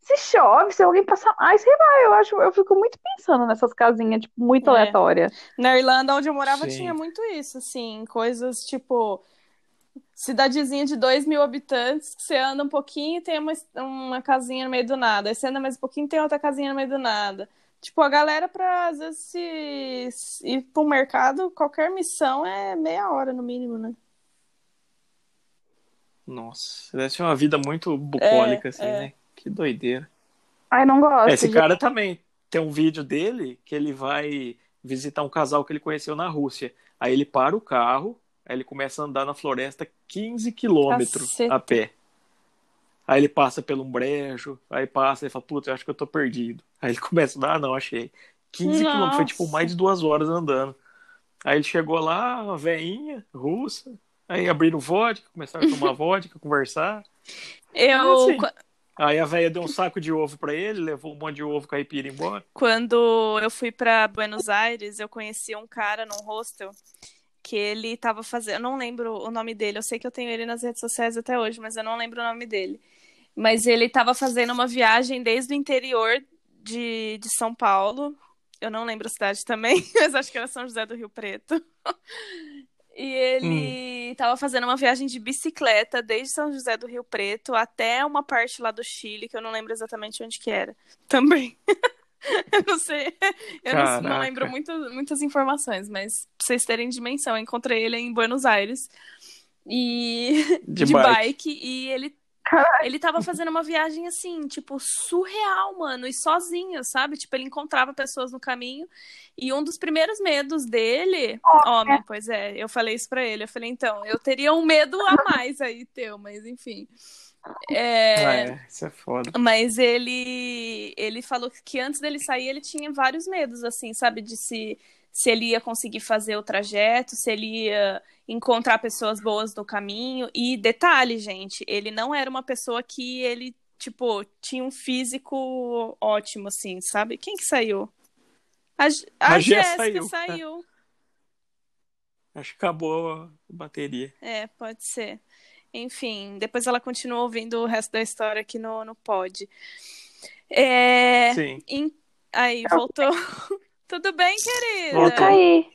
[SPEAKER 3] se chove, se alguém passar mais, sei lá, eu acho, eu fico muito pensando nessas casinhas, tipo,
[SPEAKER 1] É.
[SPEAKER 3] muito aleatória.
[SPEAKER 1] Na Irlanda, onde eu morava,
[SPEAKER 2] Sim.
[SPEAKER 1] tinha muito isso, assim, coisas tipo cidadezinha de dois mil habitantes, que você anda um pouquinho e tem uma, uma casinha no meio do nada. Aí você anda mais um pouquinho e tem outra casinha no meio do nada. Tipo, a galera pra, às vezes, se, se ir pro mercado, qualquer missão é meia hora, no mínimo, né?
[SPEAKER 2] Nossa, deve ser uma vida muito bucólica,
[SPEAKER 1] É,
[SPEAKER 2] assim,
[SPEAKER 1] é.
[SPEAKER 2] né? Que doideira.
[SPEAKER 3] Ai, não
[SPEAKER 2] É,
[SPEAKER 3] gosto,
[SPEAKER 2] Esse
[SPEAKER 3] gente.
[SPEAKER 2] cara também tem um vídeo dele que ele vai visitar um casal que ele conheceu na Rússia. Aí ele para o carro, aí ele começa a andar na floresta 15 quilômetros
[SPEAKER 1] Caceta.
[SPEAKER 2] a pé. Aí ele passa pelo um brejo, aí passa e fala, puta, eu acho que eu tô perdido. Aí ele começa, ah, não, achei. 15
[SPEAKER 1] Nossa.
[SPEAKER 2] quilômetros, foi tipo mais de duas horas andando. Aí ele chegou lá, uma veinha, russa, aí abriram vodka, começaram a tomar vodka, conversar.
[SPEAKER 1] Eu,
[SPEAKER 2] assim. Aí a velha deu um saco de ovo pra ele, levou um monte de ovo caipira embora.
[SPEAKER 1] Quando eu fui pra Buenos Aires, eu conheci um cara num hostel que ele tava fazendo. Eu não lembro o nome dele, eu sei que eu tenho ele nas redes sociais até hoje, mas eu não lembro o nome dele. Mas ele tava fazendo uma viagem desde o interior de, de São Paulo. Eu não lembro a cidade também, mas acho que era São José do Rio Preto. E ele tava fazendo uma viagem de bicicleta desde São José do Rio Preto até uma parte lá do Chile, que eu não lembro exatamente onde que era. Também. eu não sei. Eu não, não
[SPEAKER 2] Caraca.
[SPEAKER 1] lembro muitas, muitas informações, mas pra vocês terem dimensão, eu encontrei ele em Buenos Aires. E de, bike. e ele ele tava fazendo uma viagem assim, tipo, surreal, mano, e sozinho, sabe? Tipo, ele encontrava pessoas no caminho e um dos primeiros medos dele, homem, pois é, eu falei isso pra ele, eu falei, então, eu teria um medo a mais aí teu, mas enfim. É,
[SPEAKER 2] Ah, é, isso é foda.
[SPEAKER 1] mas ele ele falou que antes dele sair ele tinha vários medos assim, sabe, de se se ele ia conseguir fazer o trajeto, se ele ia encontrar pessoas boas no caminho. E detalhe, gente, ele não era uma pessoa que ele tipo tinha um físico ótimo assim, sabe? Quem que saiu? A, G- a
[SPEAKER 2] Mas já
[SPEAKER 1] Jéssica
[SPEAKER 2] saiu.
[SPEAKER 1] saiu.
[SPEAKER 2] Acho que acabou a bateria.
[SPEAKER 1] É, pode ser. Enfim, depois ela continua ouvindo o resto da história aqui no, no pod. É,
[SPEAKER 2] Sim.
[SPEAKER 1] em- Aí, voltou. Tudo bem, querida?
[SPEAKER 2] é.
[SPEAKER 3] Eu caí.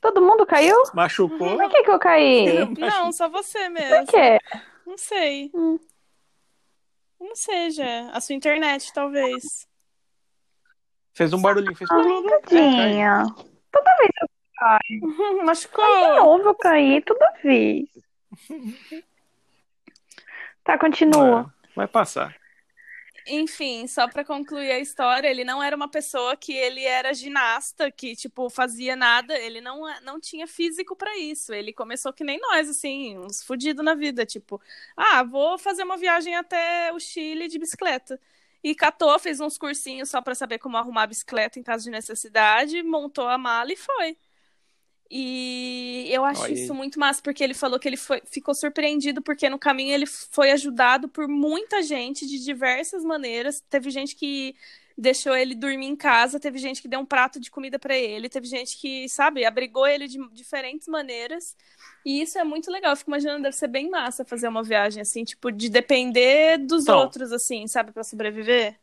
[SPEAKER 3] Todo mundo caiu?
[SPEAKER 2] Machucou?
[SPEAKER 3] Por que que eu caí?
[SPEAKER 1] Não, só você
[SPEAKER 3] Por
[SPEAKER 1] mesmo.
[SPEAKER 3] quê?
[SPEAKER 1] Não sei.
[SPEAKER 3] Hum.
[SPEAKER 1] Não sei, já. A sua internet, talvez.
[SPEAKER 2] Fez um barulhinho, fez
[SPEAKER 3] Tadinha. Toda vez eu caio. De
[SPEAKER 1] Machucou.
[SPEAKER 3] novo eu caí, toda vez. Tá, continua.
[SPEAKER 2] Ah, Vai passar.
[SPEAKER 1] Enfim, só pra concluir a história, ele não era uma pessoa que ele era ginasta, que, tipo, fazia nada, ele não, não tinha físico pra isso. Ele começou que nem nós, assim, uns fudidos na vida, tipo, ah, vou fazer uma viagem até o Chile de bicicleta. E catou, fez uns cursinhos só pra saber como arrumar a bicicleta em caso de necessidade, montou a mala e foi. E eu acho
[SPEAKER 2] Olha aí.
[SPEAKER 1] isso muito massa, porque ele falou que ele foi- ficou surpreendido, porque no caminho ele foi ajudado por muita gente de diversas maneiras. Teve gente que deixou ele dormir em casa, teve gente que deu um prato de comida pra ele, teve gente que, sabe, abrigou ele de diferentes maneiras. E isso é muito legal. Eu fico imaginando, deve ser bem massa fazer uma viagem assim, tipo, de depender dos
[SPEAKER 2] Então.
[SPEAKER 1] outros, assim, sabe, pra sobreviver.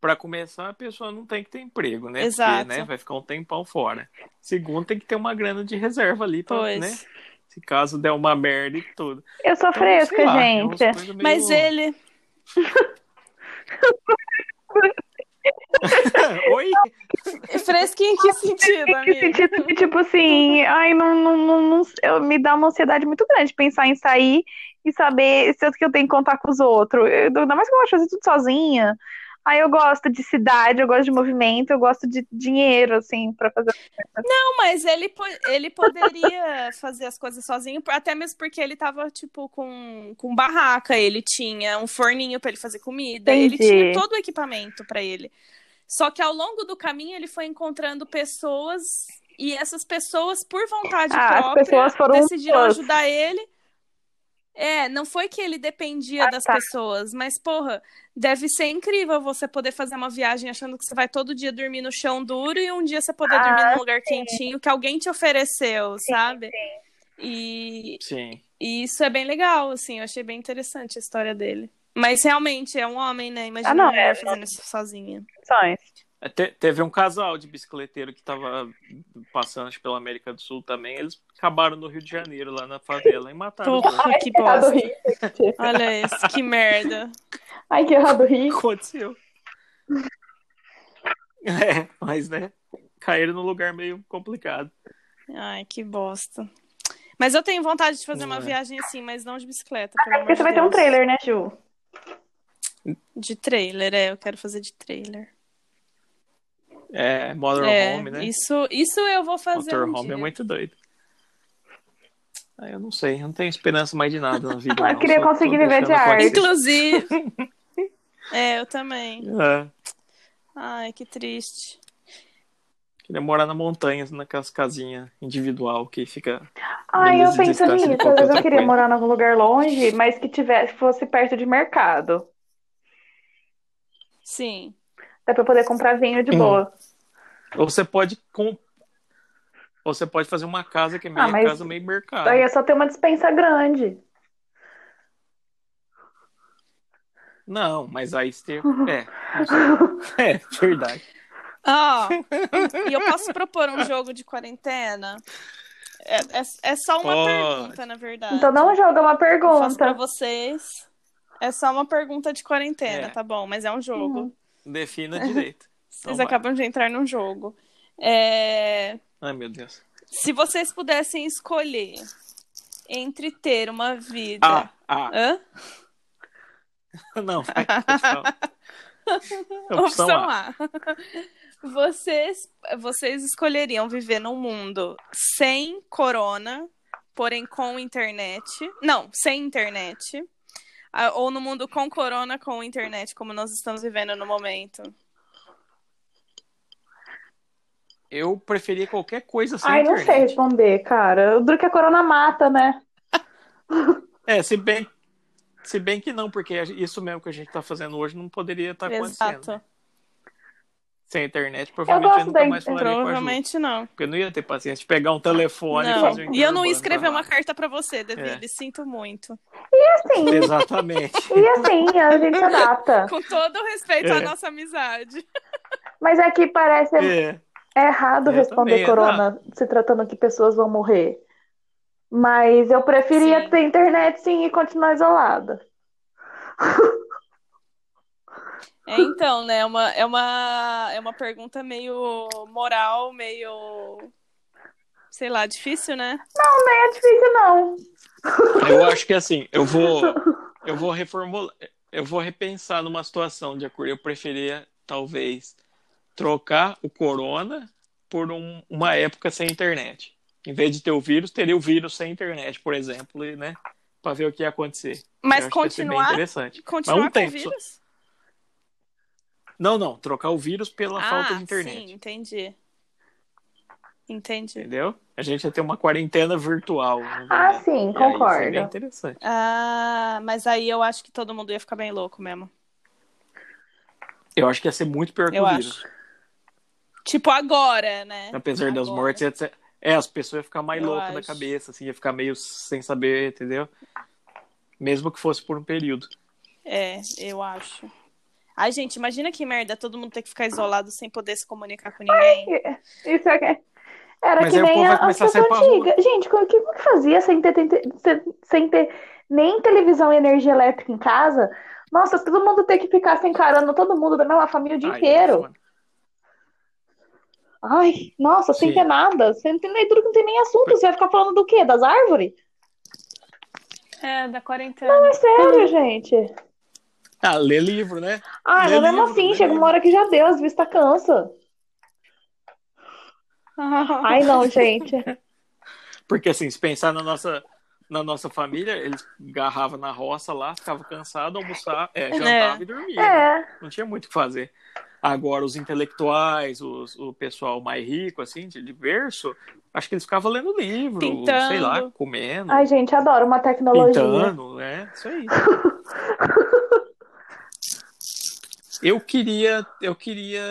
[SPEAKER 2] Pra começar, a pessoa não tem que ter emprego, né?
[SPEAKER 1] Exato.
[SPEAKER 2] Porque, né, vai ficar um tempão fora. Segundo, tem que ter uma grana de reserva ali, pra,
[SPEAKER 1] Pois.
[SPEAKER 2] né? Se caso der uma merda e tudo.
[SPEAKER 3] Eu sou
[SPEAKER 2] Então,
[SPEAKER 3] fresca,
[SPEAKER 2] sei lá, é umas
[SPEAKER 3] gente.
[SPEAKER 2] coisas meio-
[SPEAKER 1] Mas ele.
[SPEAKER 2] Oi?
[SPEAKER 1] Fresquinho em que sentido,
[SPEAKER 3] Que
[SPEAKER 1] amigo?
[SPEAKER 3] sentido que, tipo assim, ai, não, não, não, não- eu, me dá uma ansiedade muito grande pensar em sair e saber se eu, que eu tenho que contar com os outros. Eu, ainda mais que eu gosto de fazer tudo sozinha. Aí eu gosto de cidade, eu gosto de movimento, eu gosto de dinheiro, assim, pra fazer.
[SPEAKER 1] Mas ele, po- ele poderia fazer as coisas sozinho, por- até mesmo porque ele tava, tipo, com, com barraca, ele tinha um forninho pra ele fazer comida, ele
[SPEAKER 3] Entendi.
[SPEAKER 1] tinha todo o equipamento pra ele. Só que ao longo do caminho ele foi encontrando pessoas e essas pessoas, por vontade
[SPEAKER 3] Ah, as
[SPEAKER 1] própria,
[SPEAKER 3] pessoas foram um
[SPEAKER 1] decidiram
[SPEAKER 3] plus.
[SPEAKER 1] ajudar ele. É, não foi que ele dependia
[SPEAKER 4] Ah,
[SPEAKER 1] das
[SPEAKER 4] tá.
[SPEAKER 1] pessoas, mas, porra, deve ser incrível você poder fazer uma viagem achando que você vai todo dia dormir no chão duro e um dia você poder
[SPEAKER 4] Ah,
[SPEAKER 1] dormir num lugar quentinho que alguém te ofereceu, sabe? E,
[SPEAKER 2] Sim.
[SPEAKER 1] e isso é bem legal, assim, eu achei bem interessante a história dele. Mas realmente é um homem, né? Imagina
[SPEAKER 4] Ah, não,
[SPEAKER 1] uma mulher
[SPEAKER 4] é-
[SPEAKER 1] fazendo isso sozinha.
[SPEAKER 4] Opções.
[SPEAKER 2] É, te- teve um casal de bicicleteiro que tava passando acho, pela América do Sul também. Eles acabaram no Rio de Janeiro, lá na favela, e mataram. os dois.
[SPEAKER 1] Porra, que
[SPEAKER 3] Tá do
[SPEAKER 1] bosta.
[SPEAKER 3] Rio.
[SPEAKER 1] Olha isso, que merda.
[SPEAKER 3] Ai, que errado
[SPEAKER 2] O
[SPEAKER 3] rir.
[SPEAKER 2] que aconteceu? É, mas né, caíram num lugar meio complicado.
[SPEAKER 1] Ai, que bosta. Mas eu tenho vontade de fazer
[SPEAKER 2] Não
[SPEAKER 1] uma
[SPEAKER 2] é.
[SPEAKER 1] viagem assim, mas não de bicicleta, pelo amor
[SPEAKER 3] Porque
[SPEAKER 1] de
[SPEAKER 3] você vai ter um
[SPEAKER 1] Deus.
[SPEAKER 3] trailer, né, Ju?
[SPEAKER 1] De trailer, é, eu quero fazer de trailer.
[SPEAKER 2] É,
[SPEAKER 1] é,
[SPEAKER 2] Motorhome, né?
[SPEAKER 1] isso, isso eu vou fazer um
[SPEAKER 2] Motorhome
[SPEAKER 1] dia.
[SPEAKER 2] é muito doido. Ah, eu não sei, eu não tenho esperança mais de nada na vida.
[SPEAKER 3] Eu
[SPEAKER 2] não,
[SPEAKER 3] Ah, queria
[SPEAKER 2] só tô
[SPEAKER 3] conseguir viver
[SPEAKER 2] deixando
[SPEAKER 3] de arte.
[SPEAKER 2] acontecer.
[SPEAKER 1] Inclusive. é, eu também.
[SPEAKER 2] É,
[SPEAKER 1] Ai, que triste.
[SPEAKER 2] queria morar na montanha, naquelas casinhas individual que fica.
[SPEAKER 3] Ai, eu
[SPEAKER 2] Beleza,
[SPEAKER 3] penso
[SPEAKER 2] distância de
[SPEAKER 3] nisso. Às
[SPEAKER 2] qualquer
[SPEAKER 3] vezes eu
[SPEAKER 2] outra
[SPEAKER 3] queria
[SPEAKER 2] coisa.
[SPEAKER 3] morar em algum lugar longe, mas que tivesse, fosse perto de mercado.
[SPEAKER 1] Sim.
[SPEAKER 3] Dá pra eu poder comprar vinho de
[SPEAKER 2] Hum.
[SPEAKER 3] boa.
[SPEAKER 2] Ou você pode com... Ou você pode fazer uma casa que é meio
[SPEAKER 3] Ah, mas-
[SPEAKER 2] casa, meio mercado.
[SPEAKER 3] Aí é só ter uma dispensa grande.
[SPEAKER 2] Não, mas aí você. É, não sei. é verdade.
[SPEAKER 1] Ó, e eu posso propor um jogo de quarentena? É, é, é só uma
[SPEAKER 2] Pode.
[SPEAKER 1] pergunta, na verdade.
[SPEAKER 3] Então não joga uma
[SPEAKER 1] Eu faço pra
[SPEAKER 3] pergunta.
[SPEAKER 1] vocês. É só uma pergunta de quarentena,
[SPEAKER 2] É.
[SPEAKER 1] tá bom? Mas é um jogo.
[SPEAKER 3] Uhum.
[SPEAKER 2] Defina direito.
[SPEAKER 1] Vocês
[SPEAKER 2] vai.
[SPEAKER 1] acabam de entrar num jogo. É,
[SPEAKER 2] Ai, meu Deus.
[SPEAKER 1] Se vocês pudessem escolher entre ter uma vida.
[SPEAKER 2] Ah, ah,
[SPEAKER 1] Hã?
[SPEAKER 2] não. Opção,
[SPEAKER 1] Opção,
[SPEAKER 2] opção A.
[SPEAKER 1] A. Vocês, vocês escolheriam viver num mundo sem corona, porém com internet. Não, sem internet. Ah, Ou no mundo com corona, com internet, como nós estamos vivendo no momento.
[SPEAKER 2] Eu preferia qualquer coisa sem
[SPEAKER 3] Ai, não
[SPEAKER 2] internet.
[SPEAKER 3] sei responder, cara. O duro que a corona mata, né?
[SPEAKER 2] É, se bem, se bem que não, porque a- isso mesmo que a gente tá fazendo hoje não poderia estar acontecendo.
[SPEAKER 1] Exato.
[SPEAKER 2] né? Sem internet, provavelmente eu
[SPEAKER 3] gosto
[SPEAKER 2] nunca
[SPEAKER 3] da
[SPEAKER 2] mais falaria com a Ju,
[SPEAKER 1] Provavelmente não.
[SPEAKER 2] Porque eu não ia ter paciência de pegar um telefone e
[SPEAKER 1] Não.
[SPEAKER 2] fazer um
[SPEAKER 1] E eu não
[SPEAKER 2] intervalo
[SPEAKER 1] ia escrever
[SPEAKER 2] pra lá.
[SPEAKER 1] uma carta pra você,
[SPEAKER 2] É.
[SPEAKER 1] Deville. Sinto muito.
[SPEAKER 3] Assim,
[SPEAKER 2] Exatamente.
[SPEAKER 3] e assim, a gente se adapta.
[SPEAKER 1] Com todo o respeito à
[SPEAKER 2] É.
[SPEAKER 1] nossa amizade.
[SPEAKER 3] Mas é que parece
[SPEAKER 2] É.
[SPEAKER 3] errado
[SPEAKER 2] Eu
[SPEAKER 3] responder
[SPEAKER 2] também,
[SPEAKER 3] corona se tratando que pessoas vão morrer. Mas eu preferia
[SPEAKER 1] Sim.
[SPEAKER 3] ter internet sim e continuar isolada.
[SPEAKER 1] É, então, né? É uma, é, uma, é uma pergunta meio moral, meio. Sei lá, difícil, né?
[SPEAKER 3] Não é difícil, não.
[SPEAKER 2] Eu acho que assim, eu vou eu vou reformular, eu vou repensar numa situação de acordo. Eu preferia talvez trocar o corona por um- uma época sem internet. Em vez de ter o vírus, teria o vírus sem internet, por exemplo, e, né, Pra ver o que ia acontecer.
[SPEAKER 1] Mas
[SPEAKER 2] Eu acho que ia ser bem
[SPEAKER 1] continuar,
[SPEAKER 2] interessante.
[SPEAKER 1] continuar
[SPEAKER 2] Mas um
[SPEAKER 1] com
[SPEAKER 2] tempo
[SPEAKER 1] o vírus?
[SPEAKER 2] Não, não, trocar o vírus pela
[SPEAKER 1] ah,
[SPEAKER 2] falta de internet,
[SPEAKER 1] sim, entendi. Entendi.
[SPEAKER 2] entendeu? A gente ia ter uma quarentena virtual, na
[SPEAKER 3] Ah,
[SPEAKER 2] É, verdade.
[SPEAKER 3] sim,
[SPEAKER 2] E aí ia ser bem
[SPEAKER 3] concordo.
[SPEAKER 2] interessante.
[SPEAKER 1] Ah, mas aí eu acho que todo mundo ia ficar bem louco mesmo.
[SPEAKER 2] Eu acho que ia ser muito pior que
[SPEAKER 1] Eu
[SPEAKER 2] o
[SPEAKER 1] acho.
[SPEAKER 2] vírus.
[SPEAKER 1] Tipo agora, né?
[SPEAKER 2] Apesar das
[SPEAKER 1] Agora.
[SPEAKER 2] mortes, etc. É, as pessoas iam ficar mais
[SPEAKER 1] Eu
[SPEAKER 2] loucas da
[SPEAKER 1] acho.
[SPEAKER 2] cabeça, assim, ia ficar meio sem saber, entendeu? Mesmo que fosse por um período.
[SPEAKER 1] É, eu acho. Ai, gente, imagina que merda todo mundo ter que ficar isolado sem poder se comunicar com ninguém.
[SPEAKER 3] Isso é que- Era
[SPEAKER 2] Mas
[SPEAKER 3] que
[SPEAKER 2] aí o povo
[SPEAKER 3] nem
[SPEAKER 2] vai
[SPEAKER 3] a- as
[SPEAKER 2] começar a
[SPEAKER 3] pessoas
[SPEAKER 2] sair pra rua.
[SPEAKER 3] antigas. Gente, como que, como que fazia sem ter, sem ter- sem ter nem televisão e energia elétrica em casa? Nossa, todo mundo ter que ficar se encarando, todo mundo da mesma família o dia
[SPEAKER 2] Aí,
[SPEAKER 3] inteiro.
[SPEAKER 2] Ah, é foda.
[SPEAKER 3] Ai, nossa, sem
[SPEAKER 2] Sim.
[SPEAKER 3] ter nada. Sem ter nem duro que não tem nem assunto. Você vai ficar falando do quê? Das árvores?
[SPEAKER 1] É, da quarentena.
[SPEAKER 3] É
[SPEAKER 2] Hum.
[SPEAKER 3] sério, gente.
[SPEAKER 2] Ah, ler livro, né?
[SPEAKER 3] Ah,
[SPEAKER 2] Lê
[SPEAKER 3] mas mesmo
[SPEAKER 2] livro,
[SPEAKER 3] assim,
[SPEAKER 2] lê
[SPEAKER 3] chega uma
[SPEAKER 2] livro.
[SPEAKER 3] hora que já deu, as vistas cansa. Ai, não, gente.
[SPEAKER 2] Porque assim, se pensar na nossa, na nossa família, eles garravam na roça lá, ficavam cansados, almoçavam, é, jantavam e dormiam.
[SPEAKER 3] É.
[SPEAKER 2] Não tinha muito o que fazer. Agora, os intelectuais, os, o pessoal mais rico, assim, de diverso, acho que eles ficavam lendo livro,
[SPEAKER 1] Pintando.
[SPEAKER 2] sei lá, comendo,
[SPEAKER 3] Ai, gente, adoro uma tecnologia.
[SPEAKER 2] pintando, né? Isso aí. Eu queria, eu queria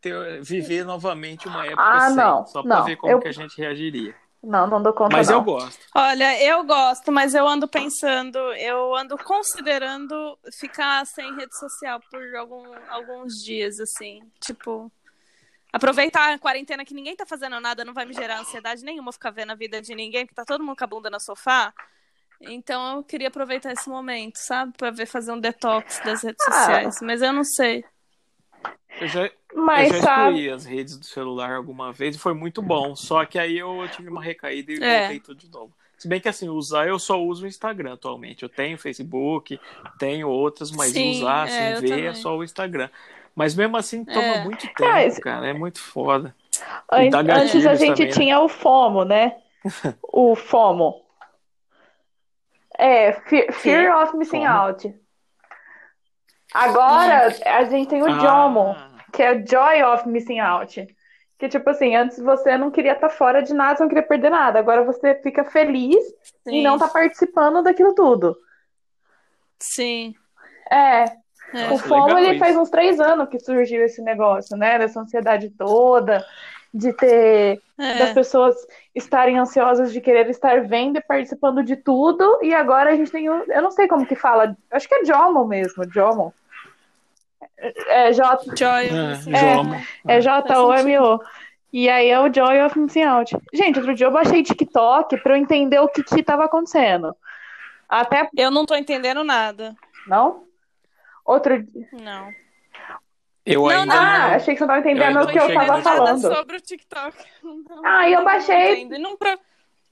[SPEAKER 2] ter- viver novamente uma época
[SPEAKER 3] Ah,
[SPEAKER 2] sem,
[SPEAKER 3] não,
[SPEAKER 2] só pra
[SPEAKER 3] não,
[SPEAKER 2] ver como
[SPEAKER 3] eu-
[SPEAKER 2] que a gente reagiria.
[SPEAKER 3] Não, não dou conta.
[SPEAKER 2] Mas
[SPEAKER 3] não.
[SPEAKER 2] eu gosto.
[SPEAKER 1] Olha, eu gosto, mas eu ando pensando, eu ando considerando ficar sem rede social por algum- alguns dias, assim. Tipo, aproveitar a quarentena que ninguém tá fazendo nada, não vai me gerar ansiedade nenhuma ficar vendo a vida de ninguém, porque tá todo mundo com a bunda no sofá. Então eu queria aproveitar esse momento, sabe? Pra ver fazer um detox das redes
[SPEAKER 3] Ah.
[SPEAKER 1] sociais. Mas eu não sei.
[SPEAKER 2] Eu já,
[SPEAKER 3] Mas
[SPEAKER 2] eu já
[SPEAKER 3] sabe,
[SPEAKER 2] excluí as redes do celular alguma vez e foi muito bom. Só que aí eu tive uma recaída e
[SPEAKER 1] É.
[SPEAKER 2] voltei tudo de novo. Se bem que assim, usar eu só uso o Instagram atualmente. Eu tenho Facebook, tenho outras, mas
[SPEAKER 1] Sim,
[SPEAKER 2] usar
[SPEAKER 1] é, eu
[SPEAKER 2] sem ver é
[SPEAKER 1] também.
[SPEAKER 2] só o Instagram. Mas mesmo assim toma
[SPEAKER 1] É.
[SPEAKER 2] muito tempo,
[SPEAKER 3] Cara, esse-
[SPEAKER 2] cara. É muito foda.
[SPEAKER 3] an-
[SPEAKER 2] e dá
[SPEAKER 3] antes a
[SPEAKER 2] gatilhos
[SPEAKER 3] gente
[SPEAKER 2] também, né?
[SPEAKER 3] tinha o FOMO, né? o FOMO. É, fe- Fear of Missing
[SPEAKER 2] FOMO. Hum.
[SPEAKER 3] Out. Agora a gente tem o JOMO.
[SPEAKER 2] Ah,
[SPEAKER 3] que é Joy of Missing Out. Que, tipo assim, antes você não queria estar fora de nada, você não queria perder nada. Agora você fica feliz e
[SPEAKER 1] Sim,
[SPEAKER 3] não tá participando daquilo tudo.
[SPEAKER 1] Sim.
[SPEAKER 3] É,
[SPEAKER 1] é.
[SPEAKER 2] Nossa,
[SPEAKER 3] o FOMO,
[SPEAKER 2] legal
[SPEAKER 3] ele
[SPEAKER 2] isso.
[SPEAKER 3] faz uns três anos que surgiu esse negócio, né? Dessa ansiedade toda, de ter... das
[SPEAKER 1] É.
[SPEAKER 3] pessoas estarem ansiosas de querer estar vendo e participando de tudo. E agora a gente tem o... Eu não sei como que fala. Acho que é JOMO mesmo, JOMO. É, J...
[SPEAKER 1] Joy.
[SPEAKER 2] É, Jomo.
[SPEAKER 3] É
[SPEAKER 1] Faz
[SPEAKER 3] J-O-M-O. E aí é o Joy of Missing Out. Gente, outro dia eu baixei TikTok pra eu entender o que que tava acontecendo. Até,
[SPEAKER 1] Eu não tô entendendo nada.
[SPEAKER 3] não? Outro dia...
[SPEAKER 1] Não.
[SPEAKER 2] Eu
[SPEAKER 1] Não,
[SPEAKER 2] ainda
[SPEAKER 1] não.
[SPEAKER 3] Ah, achei que você não tava
[SPEAKER 2] Eu
[SPEAKER 3] entendendo
[SPEAKER 2] ainda
[SPEAKER 3] É o que eu
[SPEAKER 2] não cheguei
[SPEAKER 3] tava
[SPEAKER 2] nesse
[SPEAKER 3] falando.
[SPEAKER 1] Nada sobre o TikTok. Não,
[SPEAKER 3] Ah, e eu baixei.
[SPEAKER 1] entendo. E Não pro-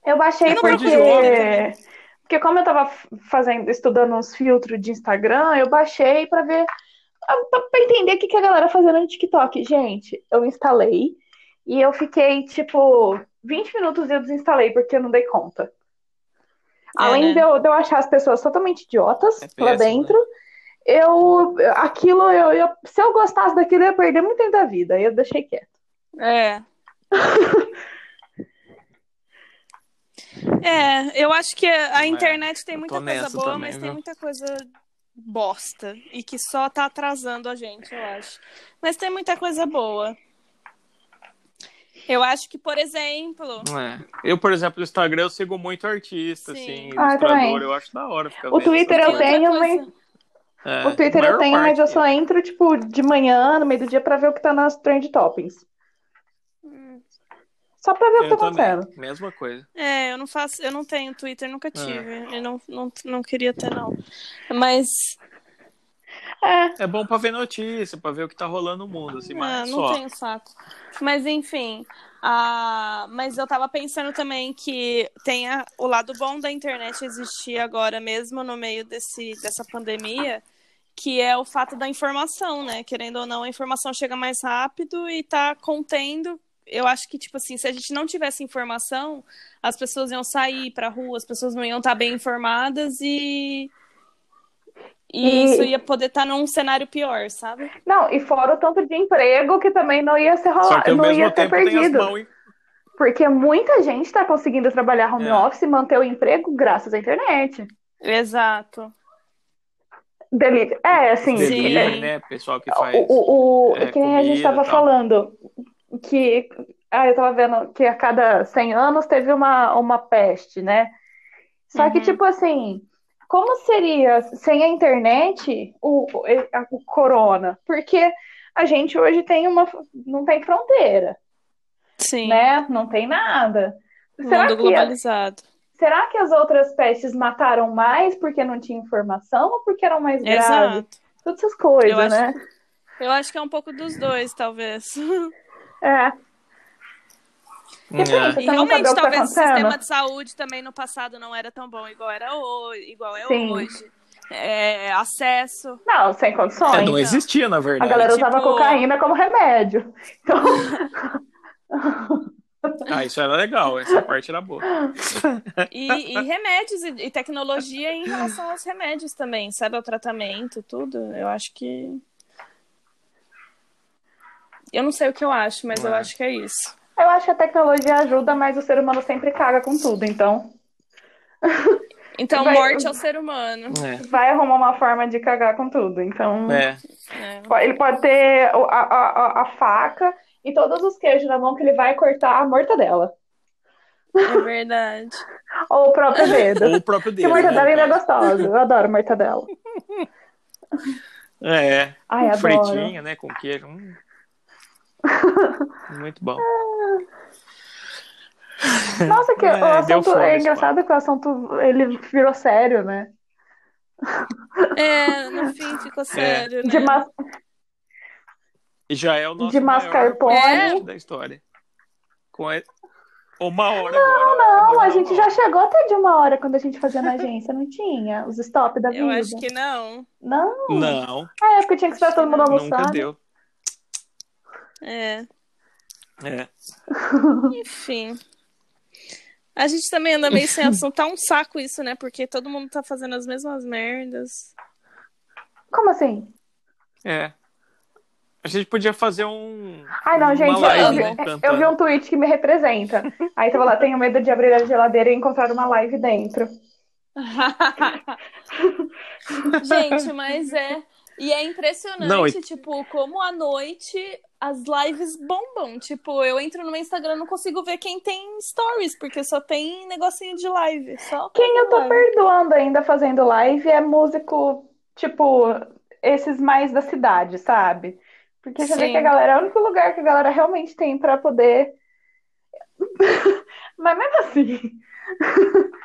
[SPEAKER 3] Eu baixei
[SPEAKER 2] É
[SPEAKER 1] Eu não
[SPEAKER 3] porque...
[SPEAKER 2] né?
[SPEAKER 1] perdi
[SPEAKER 3] Porque como eu tava fazendo, estudando uns filtros de Instagram, eu baixei pra ver... ah, Pra pra entender o que que a galera fazendo no TikTok. Gente, eu instalei e eu fiquei, tipo, 20 minutos e eu desinstalei porque eu não dei conta.
[SPEAKER 2] É,
[SPEAKER 3] Além
[SPEAKER 1] né?
[SPEAKER 3] de, eu, de eu achar as pessoas totalmente idiotas
[SPEAKER 2] É
[SPEAKER 3] lá
[SPEAKER 2] péssimo,
[SPEAKER 3] dentro, eu aquilo eu, eu- se eu gostasse daquilo eu ia perder muito tempo da vida. aí Eu deixei quieto.
[SPEAKER 1] É. É, eu acho que a
[SPEAKER 2] É,
[SPEAKER 1] internet tem
[SPEAKER 2] eu
[SPEAKER 1] muita
[SPEAKER 2] tô
[SPEAKER 1] coisa
[SPEAKER 2] nessa
[SPEAKER 1] boa,
[SPEAKER 2] também,
[SPEAKER 1] mas tem
[SPEAKER 2] viu?
[SPEAKER 1] muita coisa bosta e que só tá atrasando a gente, eu acho. Mas tem muita coisa boa. Eu acho que, por exemplo,
[SPEAKER 2] Não é. Eu, por exemplo, no Instagram eu sigo muito artista,
[SPEAKER 1] Sim.
[SPEAKER 2] assim,
[SPEAKER 3] Ah, eu
[SPEAKER 2] ilustrador,
[SPEAKER 3] também.
[SPEAKER 2] eu acho da hora ficar
[SPEAKER 3] O
[SPEAKER 2] vendo
[SPEAKER 3] Twitter
[SPEAKER 2] essas
[SPEAKER 3] eu
[SPEAKER 2] coisas.
[SPEAKER 3] tenho,
[SPEAKER 1] outra
[SPEAKER 3] mas-
[SPEAKER 1] coisa-
[SPEAKER 2] É,
[SPEAKER 3] o Twitter
[SPEAKER 2] maior
[SPEAKER 3] eu tenho, mas eu
[SPEAKER 2] parte.
[SPEAKER 3] só entro tipo de manhã, no meio do dia pra ver o que tá nas trend toppings. Só pra ver o que
[SPEAKER 2] Hum. Eu
[SPEAKER 3] tá
[SPEAKER 2] também,
[SPEAKER 3] acontecendo.
[SPEAKER 2] mesma coisa.
[SPEAKER 1] É, eu não faço, eu não tenho Twitter,
[SPEAKER 2] É.
[SPEAKER 1] nunca tive. Eu não, não, não queria ter, não. Mas
[SPEAKER 3] É,
[SPEAKER 2] É bom pra ver notícia, pra ver o que tá rolando no mundo, assim,
[SPEAKER 1] Ah,
[SPEAKER 2] mas
[SPEAKER 1] não
[SPEAKER 2] só.
[SPEAKER 1] tenho saco. Mas enfim. ah, mas eu tava pensando também que tem a- o lado bom da internet existir agora mesmo no meio desse, dessa pandemia, que é o fato da informação, né? Querendo ou não, a informação chega mais rápido e tá contendo. Eu acho que, tipo assim, se a gente não tivesse informação, as pessoas iam sair pra rua, as pessoas não iam estar bem informadas e. E
[SPEAKER 3] E-
[SPEAKER 1] isso ia poder estar num cenário pior, sabe?
[SPEAKER 3] não, e fora o tanto de emprego que também não ia ser
[SPEAKER 2] Só
[SPEAKER 3] rolar,
[SPEAKER 2] que ao
[SPEAKER 3] não ia
[SPEAKER 2] mesmo
[SPEAKER 3] ser
[SPEAKER 2] tempo tem as
[SPEAKER 3] perdido.
[SPEAKER 2] mãos. em-
[SPEAKER 3] Porque muita gente tá conseguindo trabalhar home
[SPEAKER 2] É.
[SPEAKER 3] office e manter o emprego graças à internet.
[SPEAKER 1] Exato.
[SPEAKER 3] Deli é, assim,
[SPEAKER 1] Sim.
[SPEAKER 3] é-
[SPEAKER 2] Delivery, né? Pessoal que faz.
[SPEAKER 3] O, o, o-
[SPEAKER 2] é,
[SPEAKER 3] que nem a gente
[SPEAKER 2] comida e
[SPEAKER 3] estava
[SPEAKER 2] tal.
[SPEAKER 3] falando, que ah, eu estava vendo que a cada 100 anos teve uma, uma peste, né? Só que,
[SPEAKER 1] Uhum.
[SPEAKER 3] tipo assim, como seria sem a internet o, o, a- o corona? Porque a gente hoje tem uma, não tem fronteira,
[SPEAKER 1] Sim,
[SPEAKER 3] né? Não tem nada. Será
[SPEAKER 1] mundo
[SPEAKER 3] que, é?
[SPEAKER 1] globalizado.
[SPEAKER 3] será que as outras pestes mataram mais porque não tinha informação ou porque eram mais graves?
[SPEAKER 1] Exato.
[SPEAKER 3] Todas essas coisas,
[SPEAKER 1] Eu acho
[SPEAKER 3] né?
[SPEAKER 1] Eu acho que é um pouco dos dois, talvez.
[SPEAKER 3] É.
[SPEAKER 2] É.
[SPEAKER 3] Você
[SPEAKER 1] E
[SPEAKER 3] não sabe o
[SPEAKER 1] realmente,
[SPEAKER 3] que tá
[SPEAKER 1] talvez o
[SPEAKER 3] acontecendo?
[SPEAKER 1] sistema de saúde também no passado não era tão bom igual era hoje, igual é
[SPEAKER 3] Sim.
[SPEAKER 1] hoje. É, acesso.
[SPEAKER 3] Não, sem
[SPEAKER 2] É,
[SPEAKER 3] condições.
[SPEAKER 2] não existia, na
[SPEAKER 3] A
[SPEAKER 2] verdade.
[SPEAKER 3] galera
[SPEAKER 1] tipo-
[SPEAKER 3] usava cocaína como remédio. Então,
[SPEAKER 2] Ah, isso era legal, essa parte era boa.
[SPEAKER 1] E, e remédios e, e tecnologia em relação aos remédios também, sabe? Ao tratamento, tudo. Eu acho que. Eu não sei o que eu acho, mas
[SPEAKER 2] Ué.
[SPEAKER 1] eu acho que é isso.
[SPEAKER 3] Eu acho que a tecnologia ajuda, mas o ser humano sempre caga com tudo, então
[SPEAKER 1] Então,
[SPEAKER 3] Vai-
[SPEAKER 1] morte ao ser humano.
[SPEAKER 2] É.
[SPEAKER 3] vai arrumar uma forma de cagar com tudo. Então,
[SPEAKER 2] É.
[SPEAKER 1] É.
[SPEAKER 3] po- ele pode ter o- a, a- a- a faca e todos os queijos na mão que ele vai cortar a mortadela.
[SPEAKER 1] É verdade.
[SPEAKER 3] Ou o próprio dedo.
[SPEAKER 2] Ou o próprio
[SPEAKER 3] Que
[SPEAKER 2] dedo.
[SPEAKER 3] mortadela
[SPEAKER 2] né,
[SPEAKER 3] ainda é
[SPEAKER 2] cara?
[SPEAKER 3] gostosa. Eu adoro mortadela.
[SPEAKER 2] É.
[SPEAKER 3] Ai,
[SPEAKER 2] Um
[SPEAKER 3] adoro.
[SPEAKER 2] fritinho, né? Com queijo. Hum. Muito bom.
[SPEAKER 3] Nossa, que
[SPEAKER 2] É,
[SPEAKER 3] o
[SPEAKER 2] deu
[SPEAKER 3] assunto
[SPEAKER 2] fome
[SPEAKER 3] é
[SPEAKER 2] esse
[SPEAKER 3] engraçado que o assunto ele virou sério, né?
[SPEAKER 1] É, no fim ficou sério, né?
[SPEAKER 3] De, mas...
[SPEAKER 2] E já é o nosso
[SPEAKER 3] De
[SPEAKER 2] maior
[SPEAKER 3] mascarpone.
[SPEAKER 2] podcast da história. Com e- uma hora agora.
[SPEAKER 3] Não,
[SPEAKER 2] Depois
[SPEAKER 3] a
[SPEAKER 2] de uma
[SPEAKER 3] gente já
[SPEAKER 2] hora.
[SPEAKER 3] chegou até de uma hora quando a gente fazia na agência, não tinha? Os stop da
[SPEAKER 1] Eu
[SPEAKER 3] vida.
[SPEAKER 1] acho que não.
[SPEAKER 3] Não?
[SPEAKER 2] um. Não,
[SPEAKER 3] É, porque tinha que esperar todo mundo almoçar.
[SPEAKER 2] nunca
[SPEAKER 3] né?
[SPEAKER 2] deu.
[SPEAKER 1] É.
[SPEAKER 2] É.
[SPEAKER 1] Enfim. A gente também anda meio sem assunto. Tá um saco isso, né? Porque todo mundo tá fazendo as mesmas merdas.
[SPEAKER 3] Como assim?
[SPEAKER 2] É. A gente podia fazer um.
[SPEAKER 3] Ai, não,
[SPEAKER 2] uma
[SPEAKER 3] gente, eu,
[SPEAKER 2] live,
[SPEAKER 3] vi,
[SPEAKER 2] né,
[SPEAKER 3] eu vi
[SPEAKER 2] cantando.
[SPEAKER 3] um tweet que me representa. Aí tava lá, tenho medo de abrir a geladeira e encontrar uma live dentro.
[SPEAKER 1] Gente, mas é. E é impressionante,
[SPEAKER 2] Não, e-
[SPEAKER 1] tipo, como à noite as lives bombam. Tipo, eu entro no meu Instagram e não consigo ver quem tem stories, porque só tem negocinho de live. Só
[SPEAKER 3] Quem eu tô
[SPEAKER 1] live.
[SPEAKER 3] perdoando ainda fazendo live é músico, tipo, esses mais da cidade, sabe? Porque você vê
[SPEAKER 1] Sim.
[SPEAKER 3] que a galera é o único lugar que a galera realmente tem pra poder. Mas mesmo assim.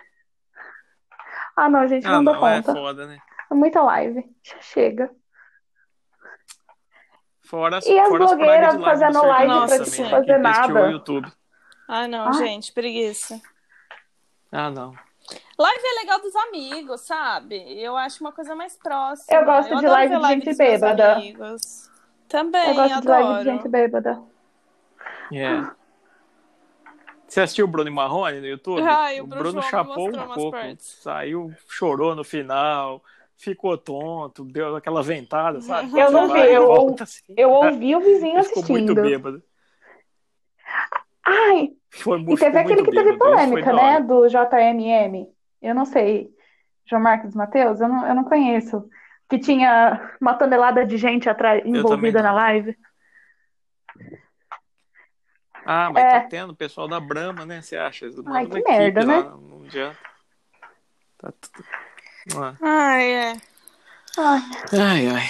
[SPEAKER 3] Ah, não, gente,
[SPEAKER 2] Ah,
[SPEAKER 3] não dou
[SPEAKER 2] não, é
[SPEAKER 3] conta.
[SPEAKER 2] foda, né?
[SPEAKER 3] É muita live. Já chega.
[SPEAKER 2] Fora as,
[SPEAKER 3] E as
[SPEAKER 2] fora as pragas
[SPEAKER 3] blogueiras
[SPEAKER 2] de live do
[SPEAKER 3] fazendo live
[SPEAKER 2] sertanejo
[SPEAKER 1] pra
[SPEAKER 2] também, né?
[SPEAKER 1] fazer
[SPEAKER 2] Quem testou
[SPEAKER 3] nada.
[SPEAKER 2] o YouTube.
[SPEAKER 1] Ah, não,
[SPEAKER 3] Ai.
[SPEAKER 1] gente, preguiça.
[SPEAKER 2] Ah, não.
[SPEAKER 1] Live é legal dos amigos, sabe? Eu acho uma coisa mais próxima.
[SPEAKER 3] Eu gosto de
[SPEAKER 1] adoro
[SPEAKER 3] live
[SPEAKER 1] ver
[SPEAKER 3] de gente
[SPEAKER 1] dos meus
[SPEAKER 3] bêbada.
[SPEAKER 1] amigos. Também,
[SPEAKER 3] Eu gosto de live de
[SPEAKER 1] adoro.
[SPEAKER 3] gente bêbada.
[SPEAKER 2] É. Você assistiu o Bruno Marrone no YouTube?
[SPEAKER 1] Ai, Ah, o
[SPEAKER 2] o
[SPEAKER 1] Bruno
[SPEAKER 2] Bruno
[SPEAKER 1] João me
[SPEAKER 2] chapou
[SPEAKER 1] mostrou
[SPEAKER 2] um
[SPEAKER 1] umas
[SPEAKER 2] pouco,
[SPEAKER 1] partes.
[SPEAKER 2] saiu, chorou no final, ficou tonto, deu aquela ventada, sabe?
[SPEAKER 1] Eu
[SPEAKER 2] Você
[SPEAKER 3] não
[SPEAKER 2] vai
[SPEAKER 3] vi,
[SPEAKER 2] e
[SPEAKER 3] eu-
[SPEAKER 2] volta, assim.
[SPEAKER 3] Eu ouvi o vizinho
[SPEAKER 2] Ele ficou muito
[SPEAKER 3] assistindo.
[SPEAKER 2] bêbado.
[SPEAKER 3] Ai,
[SPEAKER 2] Foi, mu-
[SPEAKER 3] E teve
[SPEAKER 2] ficou
[SPEAKER 3] aquele
[SPEAKER 2] muito
[SPEAKER 3] que teve
[SPEAKER 2] bêbado, isso foi
[SPEAKER 3] polêmica,
[SPEAKER 2] da
[SPEAKER 3] né?
[SPEAKER 2] hora.
[SPEAKER 3] Do JMM. Eu não sei. João Marcos Mateus, eu não, eu não conheço. Que tinha uma tonelada de gente atrás, envolvida
[SPEAKER 2] não.
[SPEAKER 3] na live.
[SPEAKER 2] Ah, mas
[SPEAKER 3] É.
[SPEAKER 2] tá tendo o pessoal da Brahma, né? Você acha? Eles mandam
[SPEAKER 3] Ai, que
[SPEAKER 2] uma equipe
[SPEAKER 3] merda,
[SPEAKER 2] lá,
[SPEAKER 3] né?
[SPEAKER 2] Não adianta. Tá tudo... Ah.
[SPEAKER 1] Ai, é.
[SPEAKER 3] Ai,
[SPEAKER 2] Ai, ai.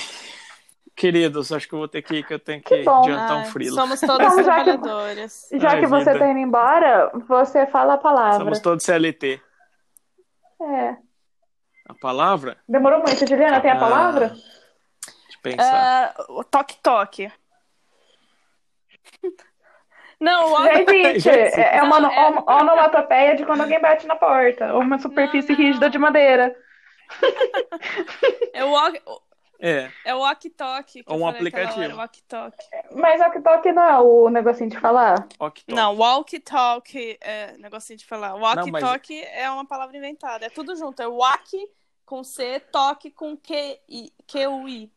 [SPEAKER 2] Queridos, acho que eu vou ter que ir, que eu tenho que,
[SPEAKER 3] Que bom.
[SPEAKER 2] adiantar um
[SPEAKER 1] Ai,
[SPEAKER 2] frilo.
[SPEAKER 1] Somos todas
[SPEAKER 3] Então, já que-
[SPEAKER 1] trabalhadoras.
[SPEAKER 3] já
[SPEAKER 2] Ai,
[SPEAKER 3] que você
[SPEAKER 2] vida.
[SPEAKER 3] tá indo embora, você fala a palavra.
[SPEAKER 2] Somos todos CLT.
[SPEAKER 3] É.
[SPEAKER 2] A palavra?
[SPEAKER 3] Demorou muito, Juliana, tem a
[SPEAKER 2] Ah,
[SPEAKER 3] palavra?
[SPEAKER 2] Deixa eu
[SPEAKER 1] Ah,
[SPEAKER 2] pensar.
[SPEAKER 1] o toque toque. Não, o
[SPEAKER 3] Já existe.
[SPEAKER 2] Já existe.
[SPEAKER 3] É é uma
[SPEAKER 1] Não,
[SPEAKER 3] ono-
[SPEAKER 1] é-
[SPEAKER 3] ono- onomatopeia de quando alguém bate na porta. Ou uma superfície
[SPEAKER 1] Não, não.
[SPEAKER 3] rígida de madeira.
[SPEAKER 1] é o walk-
[SPEAKER 2] É,
[SPEAKER 1] é o walk toque. que
[SPEAKER 2] Ou
[SPEAKER 1] eu
[SPEAKER 2] um
[SPEAKER 1] falei aquela
[SPEAKER 2] aplicativo.
[SPEAKER 1] hora, Walk toque.
[SPEAKER 3] Mas walkie-talkie não é o negocinho de falar?
[SPEAKER 2] octo.
[SPEAKER 1] Não, walk talk é negocinho de falar. Walk
[SPEAKER 2] Não, mas-
[SPEAKER 1] talk é uma palavra inventada. É tudo junto. É walk com C, toque com Q I, Q U I.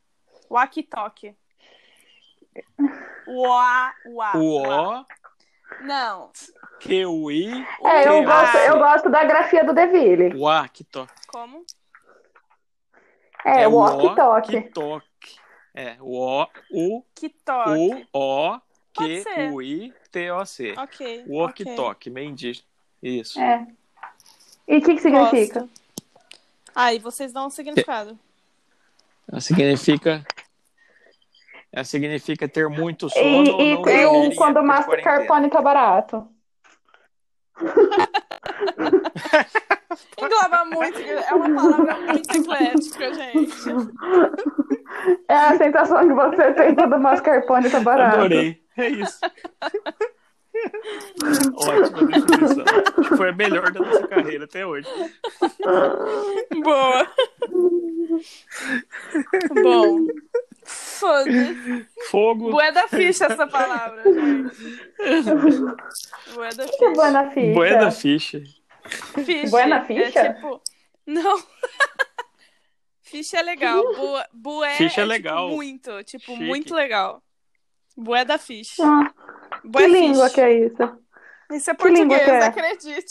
[SPEAKER 1] Walk talk. Uá, uá,
[SPEAKER 2] O
[SPEAKER 1] uá.
[SPEAKER 2] O,
[SPEAKER 1] Não.
[SPEAKER 2] Q, U, I,
[SPEAKER 3] É, eu
[SPEAKER 2] Q,
[SPEAKER 3] gosto,
[SPEAKER 2] A,
[SPEAKER 3] eu gosto da grafia do Deville.
[SPEAKER 2] O octo.
[SPEAKER 1] Como?
[SPEAKER 3] É,
[SPEAKER 2] o
[SPEAKER 3] walkie-talkie.
[SPEAKER 2] walkie-talkie. É, o O, U,
[SPEAKER 1] Que toque.
[SPEAKER 2] U, O,
[SPEAKER 1] Pode
[SPEAKER 2] Q,
[SPEAKER 1] ser.
[SPEAKER 2] U, I, T, O, C.
[SPEAKER 1] Ok.
[SPEAKER 2] Walk
[SPEAKER 1] ok.
[SPEAKER 2] talk, meio indígena. Isso.
[SPEAKER 3] É. E o que, que significa?
[SPEAKER 1] Gosto. Aí vocês dão um significado.
[SPEAKER 2] Ela Significa. ela Significa ter muito sono.
[SPEAKER 3] E,
[SPEAKER 2] ou
[SPEAKER 3] e,
[SPEAKER 2] não
[SPEAKER 3] e
[SPEAKER 2] dormir
[SPEAKER 3] o, quando o
[SPEAKER 2] por
[SPEAKER 3] Master
[SPEAKER 2] quarentena.
[SPEAKER 3] Carpone tá barato.
[SPEAKER 1] Engloba muito. É uma palavra muito eclética, gente.
[SPEAKER 3] É a sensação que você tem quando o mascarpone tá barato.
[SPEAKER 2] Adorei. É isso. Ótima definição. Acho que Foi a melhor da nossa carreira até hoje.
[SPEAKER 1] Boa. Bom. Foda-se.
[SPEAKER 2] Fogo,
[SPEAKER 1] Bué da ficha essa palavra, gente. Bué da
[SPEAKER 3] O que é
[SPEAKER 1] ficha.
[SPEAKER 3] Buena Ficha?
[SPEAKER 2] boia da ficha.
[SPEAKER 1] Ficha.
[SPEAKER 3] Buena ficha?
[SPEAKER 1] É tipo... Não. Ficha é legal. Bué, bué
[SPEAKER 2] Ficha é
[SPEAKER 1] tipo,
[SPEAKER 2] legal.
[SPEAKER 1] muito. Tipo,
[SPEAKER 2] Chique.
[SPEAKER 1] muito legal. Bué da fish.
[SPEAKER 5] Ah,
[SPEAKER 1] Bué
[SPEAKER 5] que língua
[SPEAKER 1] fish.
[SPEAKER 5] que é isso?
[SPEAKER 1] Isso é
[SPEAKER 5] que língua
[SPEAKER 1] português,
[SPEAKER 5] que é?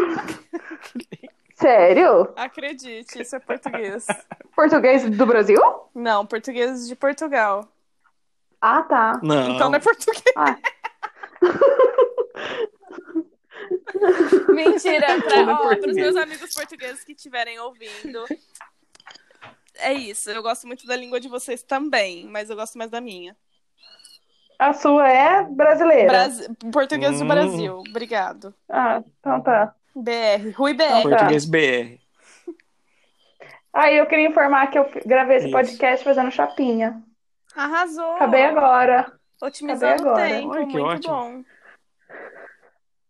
[SPEAKER 1] acredite.
[SPEAKER 5] Sério?
[SPEAKER 1] Acredite, isso é português.
[SPEAKER 5] Português do Brasil?
[SPEAKER 1] Não, português de Portugal.
[SPEAKER 5] Ah, tá.
[SPEAKER 2] Não.
[SPEAKER 1] Então não é português.
[SPEAKER 5] Ah.
[SPEAKER 1] Mentira,
[SPEAKER 2] Não é
[SPEAKER 1] pra, ó,
[SPEAKER 2] português.
[SPEAKER 1] pros meus amigos portugueses que estiverem ouvindo. É isso, eu gosto muito da língua de vocês também, mas eu gosto mais da minha.
[SPEAKER 3] A sua é brasileira.
[SPEAKER 1] Bras... Português do
[SPEAKER 2] Hum.
[SPEAKER 1] Brasil, obrigado.
[SPEAKER 3] Ah, então tá.
[SPEAKER 1] BR, Rui BR.
[SPEAKER 2] Português BR.
[SPEAKER 3] Aí eu queria informar que eu f- gravei esse
[SPEAKER 2] Isso.
[SPEAKER 3] podcast fazendo chapinha.
[SPEAKER 1] Arrasou.
[SPEAKER 3] Acabei agora.
[SPEAKER 1] Otimizando
[SPEAKER 3] Acabei
[SPEAKER 1] o
[SPEAKER 3] agora.
[SPEAKER 1] tempo,
[SPEAKER 2] Olha que
[SPEAKER 1] muito
[SPEAKER 2] ótimo.
[SPEAKER 1] bom.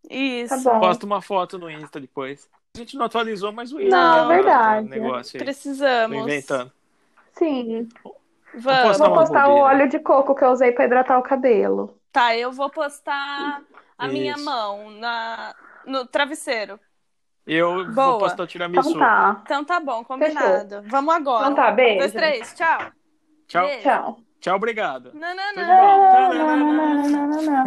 [SPEAKER 1] Isso.
[SPEAKER 3] Tá bom.
[SPEAKER 2] Posta uma foto no Insta depois. A gente não atualizou, mas o Insta.
[SPEAKER 1] Não,
[SPEAKER 2] tá-
[SPEAKER 1] é
[SPEAKER 2] tá
[SPEAKER 3] verdade.
[SPEAKER 2] um negócio aí. Tô
[SPEAKER 1] Precisamos.
[SPEAKER 2] inventando.
[SPEAKER 3] Sim.
[SPEAKER 2] Vou
[SPEAKER 1] Vamos.
[SPEAKER 2] postar
[SPEAKER 3] Vou
[SPEAKER 2] uma
[SPEAKER 3] postar o
[SPEAKER 2] um bobeira.
[SPEAKER 3] óleo de coco que eu usei pra hidratar o cabelo.
[SPEAKER 1] Tá, eu vou postar a minha
[SPEAKER 2] Isso.
[SPEAKER 1] mão na, no travesseiro.
[SPEAKER 2] Eu
[SPEAKER 1] Boa.
[SPEAKER 2] vou postar o
[SPEAKER 3] Então
[SPEAKER 2] tiramisu.
[SPEAKER 3] tá.
[SPEAKER 1] Então tá bom, combinado. Vamos agora.
[SPEAKER 3] Então tá,
[SPEAKER 1] Um, dois,
[SPEAKER 3] beijo.
[SPEAKER 1] três, tchau.
[SPEAKER 2] Tchau,
[SPEAKER 1] Beijo.
[SPEAKER 3] Tchau.
[SPEAKER 2] tchau, obrigado.
[SPEAKER 1] Não, não,
[SPEAKER 2] Tudo
[SPEAKER 1] não.
[SPEAKER 2] bom.
[SPEAKER 3] Não, não, não, não, não, não.